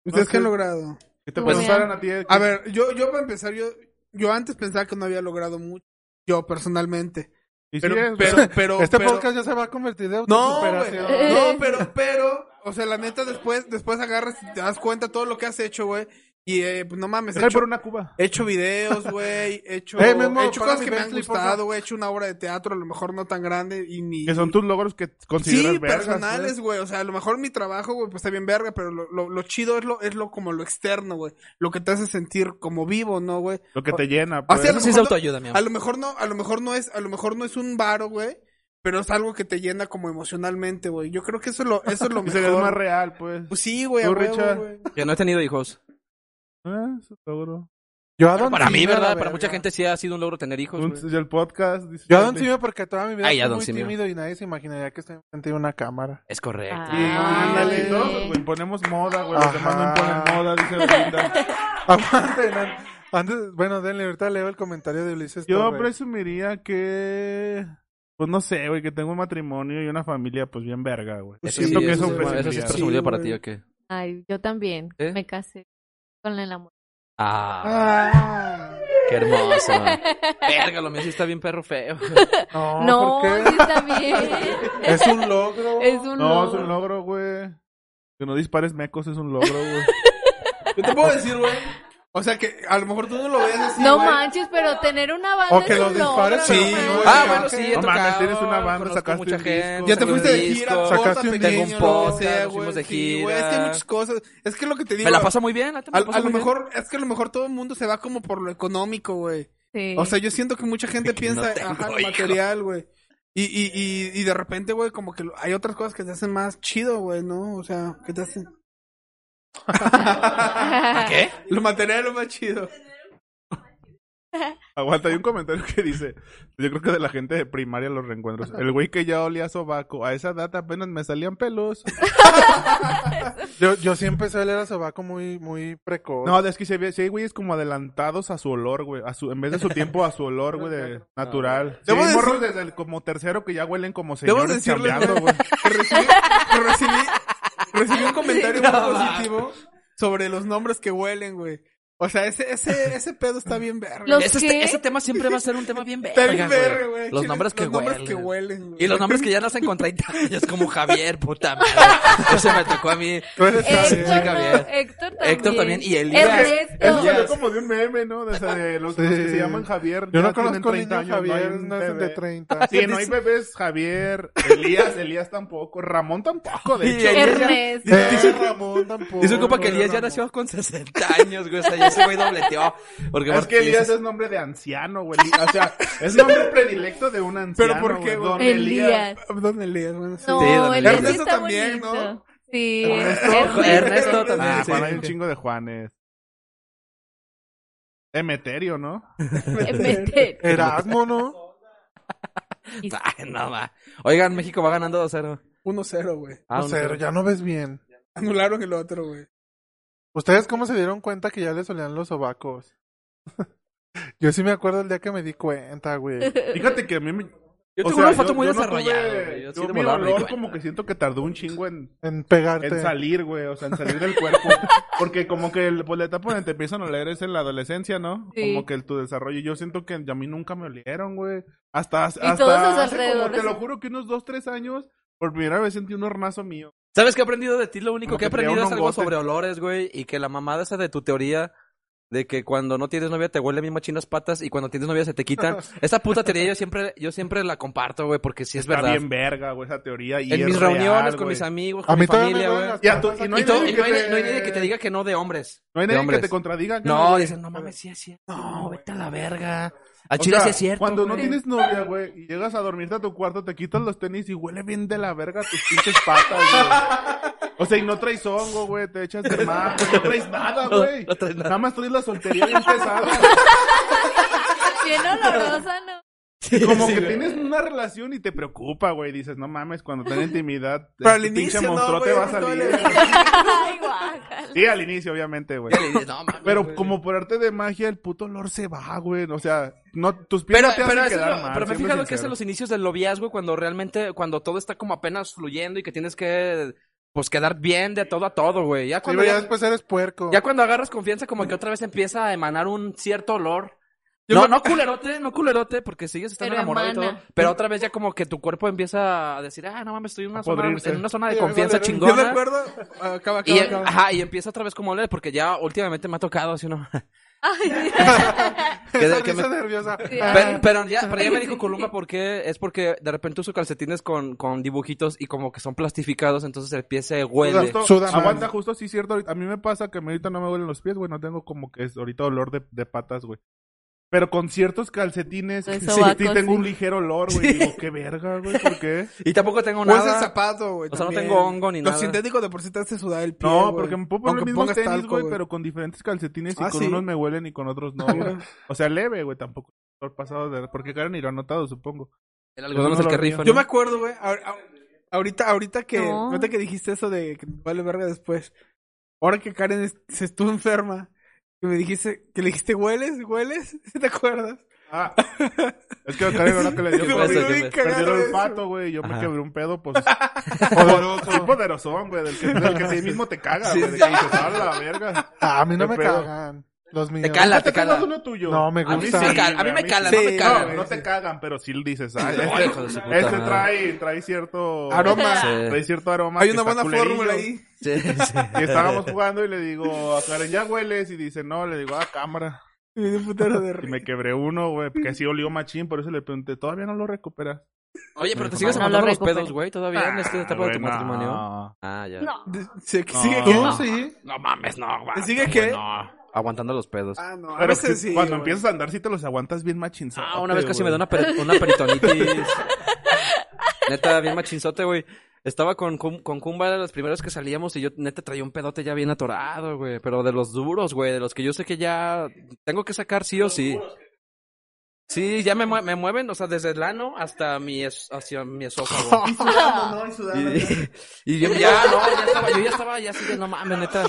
¿Ustedes
no
qué
sé.
han logrado?
Que te
Muy
preguntaran
bien.
a ti. eh,
Pues A ver, yo, yo para empezar, yo, yo antes pensaba que no había logrado mucho. Yo personalmente.
y sí
Pero,
es, güey.
pero, (laughs) pero,
este
pero-
podcast ya se va a convertir de
No, güey,
autosuperación.
güey.
Eh, (laughs) no, pero, pero, o sea, la neta después, después agarras y te das cuenta todo lo que has hecho, güey. Y eh, pues no mames, he
Deja ir
hecho,
por una cuba.
he hecho videos, güey, he (laughs) hecho,
Eh, Memo,
he hecho
para
cosas
mi
que me han
Bentley, por favor.
gustado, güey, he hecho una obra de teatro, a lo mejor no tan grande y ni...
Que son tus logros que consideras
Sí,
vergas,
personales, güey. O sea, a lo mejor mi trabajo, güey, pues está bien verga, pero lo, lo, lo chido es lo, es lo como lo externo, güey. Lo que te hace sentir como vivo, ¿no, güey?
Lo que te llena.
Así
pues.
a lo
Eso sí es
mejor no-
autoayuda, mi amor.
A lo mejor no, a lo mejor no es, a lo mejor no es un varo, güey, pero es algo que te llena como emocionalmente, güey. Yo creo que eso es lo, eso es (laughs) lo
Y se le es más
mejor.
real, pues.
Pues sí, güey, a
Tú,
huevo,
Richard.
güey.
Que no he tenido hijos.
Ah, su logro.
Yo a
Pero
Don
para mí,
Simio, la
¿verdad? Para
verga.
mucha gente sí ha sido un logro tener hijos.
Un-
pues, güey.
el podcast. dice-
Yo a Don Simio porque toda mi vida
Ay, a
fui
Don
muy
Simio.
tímido y nadie se imaginaría que estoy frente de una cámara. (laughs)
Es correcto.
Sí,
Ah,
ándale,
güey.
todos, pues, güey, Imponemos moda, güey. Los
Ajá.
demás no imponen moda, dice Belinda.
Aguanten. an- Antes, bueno, denle, ahorita leo el comentario de Ulises
Yo
Torres.
presumiría que. Pues no sé, güey, que tengo un matrimonio y una familia, pues bien verga, güey.
Eso
Siento
sí,
que
eso
eso
sí,
presumiría.
Eso sí es presumible
presumibilidad. Sí,
para
güey.
ti, ¿o qué?
Ay, yo también.
¿Eh?
Me casé con el amor.
Ah,
Ah.
qué hermoso. Verga, lo mío sí está bien perro feo.
No,
No,
Ah, ¿por qué?
sí está
(laughs)
bien.
Es un logro.
Es un
No, es
logro.
un logro, güey. Que no dispares mecos es un logro, güey.
(laughs) Yo te puedo decir, güey. O sea que a lo mejor tú no lo ves así.
No
güey.
manches, pero tener una banda
O que
es
lo
un logro,
dispares,
no
sí,
manches.
güey.
Ah, bueno, sí, he
No
tocado,
mames, tienes una banda,
conozco
sacaste
mucha
un disco,
gente.
Ya te
saqué
fuiste
un
de gira,
disco.
corta,
sacaste un
pequeño,
tengo un
lo que
podcast,
sea,
nos fuimos de
sí, güey,
gira.
es que hay muchas cosas. Es que es lo que te digo.
Me la paso muy bien. la neta, me
A,
la paso
a lo
muy bien.
mejor, es que a lo mejor todo el mundo se va como por lo económico, güey.
Sí.
O sea, yo siento que mucha gente piensa,
tengo
ajá, lo
hijos".
material, güey. Y, y, y, y de repente, güey, como que lo- hay otras cosas que te hacen más chido, güey, ¿no? O sea, que te hacen...
¿Qué?
(laughs) Lo material es lo más chido.
Aguanta, hay un comentario que dice, yo creo que de la gente de primaria los reencuentros. El güey que ya olía a sobaco, a esa data apenas me salían pelos.
Yo, yo sí empecé a leer a Sobaco muy, muy precoz.
No, es que se ve, sí hay güeyes como adelantados a su olor, güey. A su, en vez de su tiempo, a su olor, güey, de, natural. Sí,
Debo
hay morros
decir-
desde el como tercero que ya huelen como
Debo
señores
decirles,
chambeando,
(laughs) güey,
güey.
que recibí, que recibí, recibí un comentario muy positivo sobre los nombres que huelen, güey. O sea, ese, ese, ese pedo está bien verga.
Los-
güey.
Ese, este,
¿Qué?
ese tema siempre va a ser un tema bien verga,
Está bien
güey.
verga, güey.
Los
Chile,
nombres que
los nombres
huelen.
que huelen, güey.
Y los nombres que ya no se encontré años, como Javier, puta madre. Ese me tocó a mí.
Tú eres
Sí,
Héctor,
Javier.
no,
Gabriel.
Héctor también.
Héctor también y Elías.
Ernesto.
Eso
Ya
salió
sé.
como de un meme, ¿no? De, esa de los, los que se llaman Javier.
Yo
ya
no conozco
tienen 30
niño
años, hay
Javier,
un
no es de
bebé.
(laughs) 30.
Sí, no hay bebés, Javier, Elías, Elías tampoco, Ramón tampoco, de
Y
hecho.
Elías-
Ernesto.
Eh, Ramón tampoco.
Y se ocupa que
no,
Elías ya
Ramón.
nació con 60 años, güey. O sea, ya ese güey dobleteó. Porque
Es que
porque-
Elías es nombre de anciano, güey. O sea, es nombre predilecto de un anciano.
Pero ¿por qué,
güey? Don
güey?
Elías.
Ah, ¿Dónde lees, bueno, sí.
No,
Sí, don
Ernesto,
Ernesto
está
también,
bonito.
¿no?
Sí,
Ernesto, Ernesto también.
Ah,
sí.
Juan, hay un chingo de Juanes. Emeterio, ¿no?
Ernesto.
Erasmo, ¿no?
Ay, no, va. Oigan, México va ganando 2-0.
1-0, güey.
Ah,
no sé, Pues, ya no ves bien.
Anularon el otro, güey.
¿Ustedes cómo se dieron cuenta que ya les olían los sobacos? (laughs) Yo sí me acuerdo el día que me di cuenta, güey.
Fíjate que a mí me...
Eh, Yo
o
tengo
sea,
un olfato muy
no tuve-
desarrollado, güey. Yo sí
yo
de
mi
volada me di
olor
cuenta.
como que siento que tardó un chingo en,
En
en
pegarte.
salir, güey. O sea, en salir del cuerpo. Porque como que el, pues, la etapa donde te empiezan a oler es en la adolescencia, ¿no?
Sí.
Como que el, tu desarrollo. Yo siento que a mí nunca me olieron, güey. Hasta, hasta
todos los
hace como-
alrededores.
Te lo juro que unos dos, tres años, por primera vez sentí un hornazo mío.
¿Sabes qué he aprendido de ti? Lo único
Como
que he
que traía
aprendido es
un
algo
hongote.
sobre olores, güey. Y que la mamada esa de tu teoría de que cuando no tienes novia te huele mismo chinas patas y cuando tienes novia se te
(laughs)
quitan. Esa puta teoría yo siempre, yo siempre la comparto, güey, porque sí es
Está
verdad.
bien verga, güey, esa teoría. Y
en
es
mis
real,
reuniones con
güey.
mis amigos,
A
con mi
mí todavía me
familia, güey.
duelen las
Y a tu-
patas
y no
Y
hay
aquí.
todo-
nadie
y no hay
que
na-
te-
no hay nadie que te diga que no de hombres.
No hay
de
nadie que
hombres.
te contradiga. que
No,
güey.
dicen, no mames, sí es cierto. No, vete a la verga. Al
O
chile
sea,
sí es cierto.
Cuando no
güey.
tienes novia, güey, y llegas a dormirte a tu cuarto, te quitas los tenis y huele bien de la verga tus pinches patas, güey. O sea, y no traes hongo, güey, te echas de más, no traes nada,
No,
güey.
no traes nada.
más traes la soltería
(laughs)
bien pesada.
Bien olorosa, ¿no?
Como que tienes una relación y te preocupa, güey. Dices, no mames, cuando ten intimidad,
Pero al
este pinche
inicio no,
monstruo te
güey,
va a
pues, todo
salir.
le-
güey.
Ay, guácala.
(laughs) Sí, al inicio, obviamente, güey.
No, mames,
Pero
güey.
como por arte de magia, el puto olor se va, güey. O sea, no, tus pies
Pero,
no te
pero,
hacen
eso es
quedar
lo-
mal.
pero me he
siendo
fijado que es en
sincero.
los inicios del noviazgo cuando realmente, cuando todo está como apenas fluyendo y que tienes que, pues, quedar bien de todo a todo, güey. Ya
Sí,
cuando,
güey, ya
ya,
después eres puerco.
ya cuando agarras confianza, como que otra vez empieza a emanar un cierto olor
Yo
no,
me-
no culerote, no culerote, porque sigues estando
Pero
enamorado y
emana.
todo. Pero otra vez ya como que tu cuerpo empieza a decir, ah, no mames, estoy en una, zona,
podrirse.
en una zona de
Sí,
confianza
vale,
chingona.
Yo me acuerdo. Acaba, acaba,
Y,
acaba.
ajá, y empieza otra vez como leer, porque ya últimamente me ha tocado así uno. (laughs) que-
Esa
que me-
risa nerviosa.
pero, pero ya, pero ya me dijo Columba por qué. Es porque de repente uso calcetines con, con dibujitos y como que son plastificados, entonces el pie se huele.
Justo-
Suda más.
aguanta, justo sí, cierto. ahorita- A mí me pasa que a mí ahorita no me duelen los pies, güey. No tengo como que es ahorita olor de, de patas, güey. Pero con ciertos calcetines,
De
sí,
sobaco,
sí tengo
sí.
un ligero olor, güey. Digo, qué verga, güey, ¿por
(laughs)
qué?
Y tampoco tengo
O es el
nada.
zapato, güey.
O sea, no
también.
tengo hongo ni nada.
Los sintéticos de por sí te hace sudar el pie.
No,
güey.
porque me puedo poner
Aunque
los mismos
pongas
tenis,
talco,
güey, pero con diferentes calcetines y
Ah,
con
sí.
unos me huelen y con otros no, güey. O sea, leve, güey, tampoco. olor pasado de... Porque Karen ni lo ha notado, supongo.
El algodón es el que rifa. ¿no?
Yo me acuerdo, güey. ahor- ahor- Ahorita, ahorita que,
No.
ahorita que dijiste eso de que vale verga después. Ahora que Karen es- se estuvo enferma, que me dijiste, que le dijiste hueles, hueles, (laughs) ¿Sí ¿te acuerdas?
Ah, (laughs) es que a Karen ahora que
(laughs)
le dio,
Me
puede
güey,
ser
volvió
que
bien
me-
perdió el
cagado eso.
olfato, güey. Yo me
Ajá.
quebré un pedo, (laughs) pues. Poderoso. Sí, poderosón, güey. Del que, del que a ti mismo te caga, güey. De que dices, "Ah, la verga.
Ah, a mí no
Qué
me
pedo.
cagan. Los míos.
Te cala, te
te cagas
cala.
uno tuyo.
No, me
A mí sí
gusta.
me cala, a mí
güey,
me cala,
sí.
no me
No,
cala.
no te cagan, pero sí dices, ah,
Hijo
este,
de su puta
este
madre.
trae, trae cierto
Ah,
Aroma.
Sí.
Trae cierto aroma.
Hay
que
una
está
buena
culerillo.
fórmula ahí.
Sí, sí.
Y estábamos jugando y le digo, a Karen, ya hueles. Y dice, no, le digo, ah, cámara.
Y me dio un putero de
Y
risa.
me quebré uno, güey, que sí olió machín, por eso le pregunté, ¿todavía no lo recuperas?
Oye, pero te
No,
sigues
no
mandando
lo
los
recupero.
pedos, güey, todavía en esta etapa de tu
Güey, no.
matrimonio. Ah, ya.
De- ¿Se
No.
sigue
¿Tú?
qué?
No.
sí.
No mames, no, güey.
¿Te sigue qué?
Aguantando los pedos.
Ah, no. a
Pero
veces
sí,
sí,
cuando
güey.
empiezas a andar, sí te los aguantas bien machinzote,
Ah, una vez casi me
güey.
da una, peri- una peritonitis. neta, bien machinzote, güey. Estaba con, Cum- con Kumba de los primeros que salíamos y yo neta traía un pedote ya bien atorado, güey. Pero de los duros, güey. De los que yo sé que ya tengo que sacar sí o sí. Sí, ya me, mue- me mueven, o sea, desde el ano hasta mi, es- hacia mi esófago.
Y sudando, Ah, ¿no? Y sudando.
(laughs)
Y, (laughs) y yo ya, no, ya estaba, yo ya estaba ya así de, no mames, neta.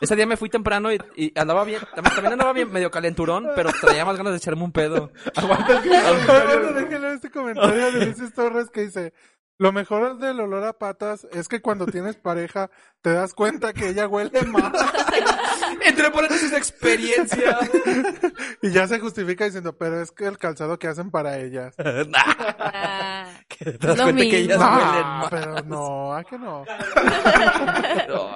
Ese día me fui temprano y, y andaba bien, tam- también andaba bien medio calenturón, pero traía más ganas de echarme un pedo.
Aguanta, que- aguanta, déjenle este comentario de Ulises Torres que dice: Lo mejor del olor a patas es que cuando tienes pareja te das cuenta que ella huele
(laughs)
más.
Entre paréntesis experiencia.
Y ya se justifica diciendo: Pero es que el calzado que hacen para
(laughs)
ellas.
que te das
Lo
cuenta que
mismo.
ellas
No,
huelen mal.
Ah, pero no, ¿a que no?
No.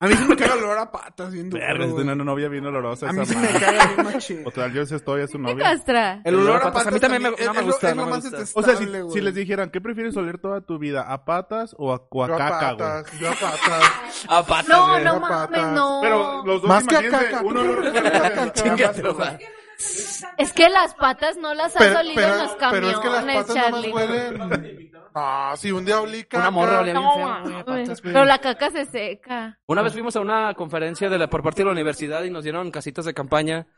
A mí sí me caga el olor a patas bien duro,
Verga, es de
güey.
una novia bien olorosa
A
esa
mí sí me
madre.
caga bien machín.
O tal, yo sí estoy a su
¿Qué
novia.
castra?
El olor a patas a mí también me,
no me gusta,
gusta. Es
no
lo
me
más este-
gusta.
O sea, si,
detestable,
si
güey.
les dijeran, ¿qué prefieres oler toda tu vida? ¿A patas o a, o a
Yo a
caca, güey?
patas, yo a patas.
A patas,
No,
güey.
no
Era
mames,
patas.
no.
Pero los dos,
Más que a
imagínense,
caca.
uno
(laughs)
olor
(laughs)
fuerte de
Chingate,
ambas, o sea,
güey.
Es que las patas no las has olido en los
pero
camiones,
es que las patas
Charlie.
nomás huelen. Ah, si un día olí caca.
Una morra olía bien
No,
feo, güey, a
mames.
patas, güey.
pero la caca se seca.
Una vez fuimos a una conferencia de la, por parte de la universidad y nos dieron casitas de campaña.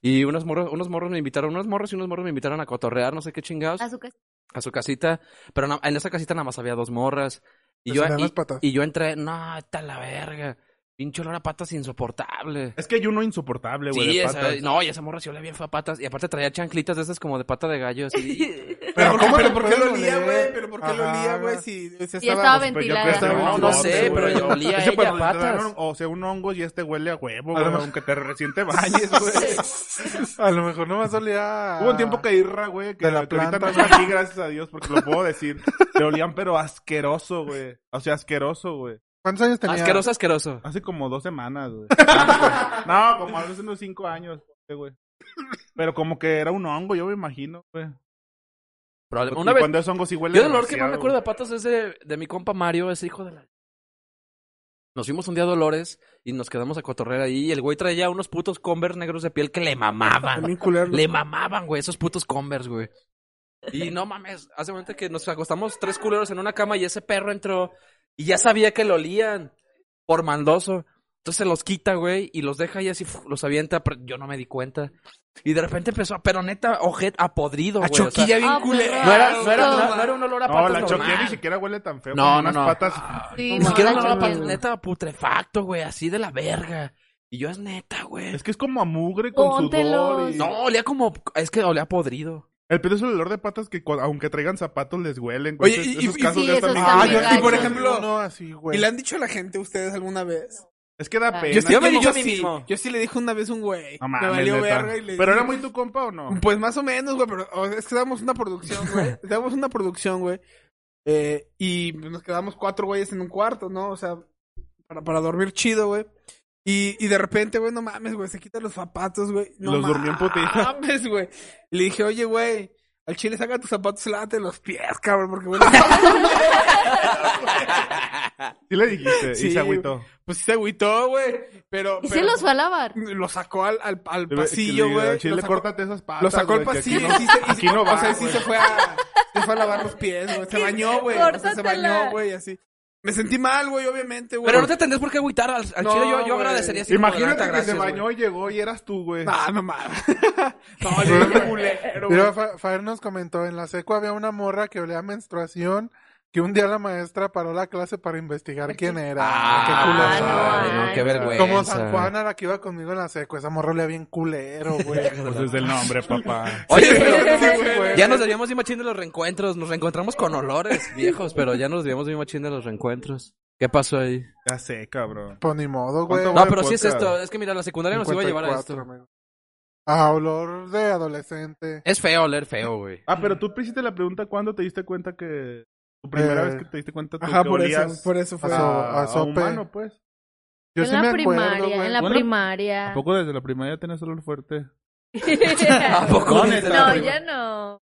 Y unos morros, unos morros me invitaron, unos morros y unos morros me invitaron a cotorrear, no sé qué chingados,
La azúcar-
a su casita. Pero na- en esa casita nada más había dos morras. Y
Te
yo,
salían
y,
las patas.
y yo entré, no, está la verga. Pinche olor a patas
(laughs)
insoportable.
Es que hay uno insoportable, güey,
Sí,
de
esa,
patas.
no, y esa morra se olía bien fue a patas. Y aparte traía chanclitas de esas como de pata de gallo. (laughs) Así.
Pero,
¿cómo
pero
le
¿por qué lo
puedes
olía,
oler?
güey? Pero ¿por qué lo
Ajá.
olía, güey? Si, si estaba...
Y estaba
pues,
Pues yo
ventilada.
creo que
No,
un
no
hongo,
sé,
güey,
pero yo olía
Ese
ella
cuando
a
te dan
patas.
un- o sea, un hongo y este huele a huevo,
A lo
güey,
mejor-
aunque te recién te
(laughs)
bañes, güey.
A lo mejor nomás olía.
Hubo un tiempo que irra, güey, que,
De la
que ahorita no
planta,
es aquí, gracias a Dios, porque lo puedo decir. Te olían, pero asqueroso, güey. O sea, asqueroso, güey.
¿Cuántos años tenía?
Asqueroso, asqueroso.
Hace como dos semanas, güey. no, como hace unos cinco años, güey. Pero como que era un hongo, yo me imagino, güey.
Probable-
Y
Una vez,
cuando es hongo sí huele
Yo el olor que más
demasiado,
me acuerdo de patas es de, de mi compa Mario, ese hijo de la... Nos fuimos un día a Dolores y nos quedamos a cotorrear ahí y el güey traía unos putos Converse negros de piel que le mamaban.
También culero.
Le mamaban, güey, esos putos Converse, güey. Y no mames, hace momento que nos acostamos tres culeros en una cama y ese perro entró y ya sabía que lo olían por mandoso. Entonces se los quita, güey, y los deja ahí así, fu- los avienta, pero yo no me di cuenta. Y de repente empezó a, pero neta, ojet, a podrido,
A
güey. o sea,
choquilla bien
Ah,
culero.
perro.
no era, no, era, no, no era un olor a
güey.
patas
No, la choquilla ni
normal.
siquiera huele tan feo.
No,
como
no,
unas
no. Ah.
patas
Sí,
Ni
no,
siquiera
la
olor a
choquilla
patas,
no.
neta, putrefacto, güey, así de la verga. Y yo es neta, güey.
Es que es como a mugre con sudor.
Póntelos.
y-
No, olía como, es que olía podrido.
El pedo es el olor de patas que cua- aunque traigan zapatos les huelen.
Oye,
Entonces,
y- y-
esos casos
sí,
ya
esos
están-
también.
Ah, yo
Gacho.
sí, por ejemplo. No, así,
¿Y
güey.
le han dicho a la gente ustedes alguna vez
Es que da
Ah.
pena.
Yo sí,
Yo me
yo,
digo
yo
a mí
sí,
mismo.
yo sí le dije una vez a un güey.
No
me
mames,
valió
neta.
verga y le
Pero
dije-
era muy tu compa o no?
Pues más o menos, güey, pero o sea, es que estábamos en una
(laughs)
producción, güey. Estábamos en una producción, güey. eh, y nos quedamos cuatro güeyes en un cuarto, ¿no? O sea, para, para dormir chido, güey. Y, y de repente, güey, no mames, güey, se quita los zapatos, güey. No
Los durmió en putiza.
(laughs) mames, güey. Le dije, oye, güey, al chile saca tus zapatos, lávate los pies, cabrón, porque, güey,
(laughs)
los-
Sí le dijiste y
Sí,
se agüitó.
pues sí se agüitó, güey. Pero,
Y se
pero-
los fue a lavar.
Lo sacó al, al, al
Que le-
pasillo,
que le-
güey.
al Chile,
lo sacó-
córtate esas patas.
Lo sacó el
güey, que aquí
pasillo.
no-
sí, se-
Aquí no va.
O sea, sí
güey.
se fue a. Se fue a lavar los pies, güey. Se
(laughs)
bañó, güey. O sea, se bañó,
Córtatela.
güey, así. Me sentí mal, güey, obviamente, güey.
Pero no te tendrías por qué agüitar al, al
No,
chile. Yo, yo
güey.
agradecería así como de,
Imagínate
"Neta,
que
gracias,
se
güey".
bañó y llegó y eras tú, güey.
Ah,
(laughs)
no mames. No, yo qué culero, güey.
Mira, Fa- Faer nos comentó, en la seco había una morra que olía a menstruación, que un día la maestra paró la clase para investigar
(laughs)
quién era.
Ah,
qué
no,
culero.
ay, no,
ay,
qué
no.
vergüenza.
Como San Juana, la que iba conmigo en la seco, esa morra olía bien
(laughs)
culero, güey.
Pues es el nombre, (laughs) papá.
Oye,
Sí,
pero
güey.
ya nos daríamos bien machín de los reencuentros. Nos reencontramos con olores viejos, pero ya nos daríamos bien machín de los reencuentros. ¿Qué pasó ahí?
Ya sé, cabrón.
Pues ni modo, güey.
¿Cuánto
No,
Bueno,
pero sí es
podcast.
esto. Es que mira, la secundaria nos iba a llevar a
54,
esto.
amigo. Ah, olor de adolescente.
Es feo oler feo, güey.
Ah, pero tú hiciste la pregunta cuándo te diste cuenta que... Tu primera
Eh,
vez que te diste cuenta tú
Ajá,
que
por
olías
eso, por eso fue.
Ah,
a,
a
a
sope.
humano, pues.
Yo
en
sí
la
me
primaria,
acuerdo, güey.
en la
Bueno,
primaria. (laughs)
¿A poco desde la primaria tenías olor fuerte?
¿A poco?
No,
sí te
neta.
la
no,
prima-
ya no.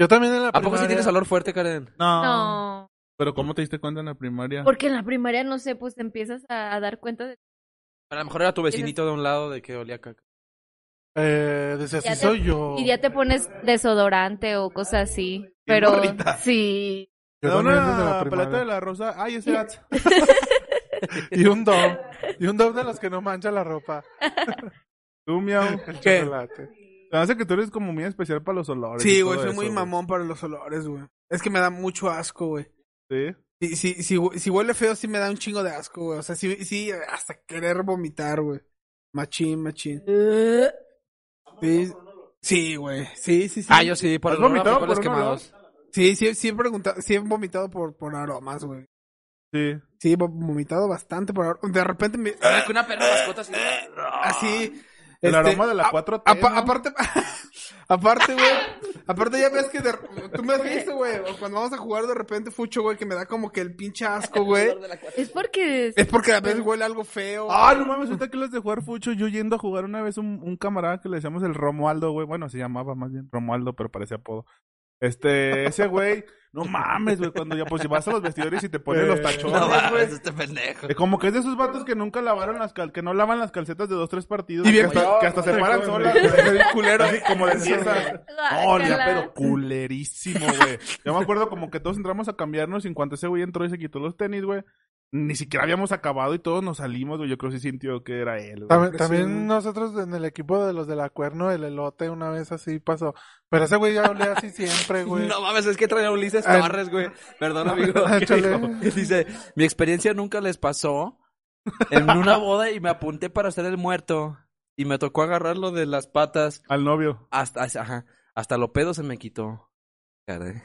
Yo también en la
¿A
primaria.
poco sí tienes olor fuerte, Karen?
No.
¿Pero cómo te diste cuenta en la primaria?
Porque en la primaria, no sé, pues te empiezas a, a dar cuenta de
A lo mejor era tu vecinito de un lado de que olía caca.
Eh, dice,
Ya
así
te-
soy yo.
Y ya te pones desodorante o cosas así. Pero sí.
Yo
Te da
también desde la
una paleta
primaria.
de la rosa. Ay, ese era-
(laughs) Y un dove. Y un dove de los que no mancha la ropa.
(laughs)
Tú, miau.
El
¿Qué?
chocolate.
Se me hace que tú eres como muy especial para los olores. y
Sí, güey,
todo
soy
eso,
muy
güey.
mamón para los olores, güey. Es que me da mucho asco, güey.
Sí.
Si, si, si, hu- si huele feo, sí me da un chingo de asco, güey. O sea, sí, sí, hasta querer vomitar, güey. Machín, machín. Sí, sí, güey. Sí, sí, sí.
Ah, yo sí, por
¿Has
el olor a
vomitado
frijoles
por un olor?
quemados.
Sí, sí, sí he preguntado, sí he vomitado por, por aromas, güey.
Sí.
Sí, he vomitado bastante por aromas. De repente me...
Ah, que una perra mascota así.
Así...
Ah. El
este,
aroma de la
a-
4T.
apa-
¿no?
Aparte... (laughs)
(laughs)
aparte, güey. Aparte ya ves que... de- tú me has visto, güey. o Cuando vamos a jugar de repente, Fucho, güey, que me da como que el pinche asco, güey.
Es porque.
Es porque a veces huele algo feo.
Ah, no mames, ahorita que les de jugar fucho, yo yendo a jugar una vez un, un camarada que le decíamos el Romualdo, güey. Bueno, se llamaba más bien Romualdo, pero parecía apodo. Este, ese güey, no mames, güey, cuando ya pues vas a los vestidores y te pones los tachones,
Eh, No
güey.
mames, este pendejo.
Eh, Como que es de esos vatos que nunca lavaron las cal que no lavan las calcetas de dos, tres partidos.
Y
que
bien
hasta,
peor,
que hasta se
güey,
paran
güey,
solas.
güey,
(laughs)
güey.
bien culero.
Así como de fiesta. No, olía,
Guácala.
Oh, pero culerísimo, güey. Yo me acuerdo como que todos entramos a cambiarnos y en cuanto ese güey entró y se quitó los tenis, güey. Ni siquiera habíamos acabado y todos nos salimos, güey. Yo creo que sí sintió que era él, güey.
También,
Sí.
también nosotros en el equipo de los de la cuerno, el elote una vez así pasó. Pero ese güey ya olía
(laughs)
así siempre, güey.
No mames, es que trae a Ulises
Ay.
Torres, güey. Perdón, (laughs) amigo.
Ah,
¿Qué
chale.
dijo? Dice, mi experiencia nunca les pasó en una boda y me apunté para hacer el muerto y me tocó agarrarlo de las patas
Al novio.
hasta, ajá, hasta lo pedo se me quitó. Caray.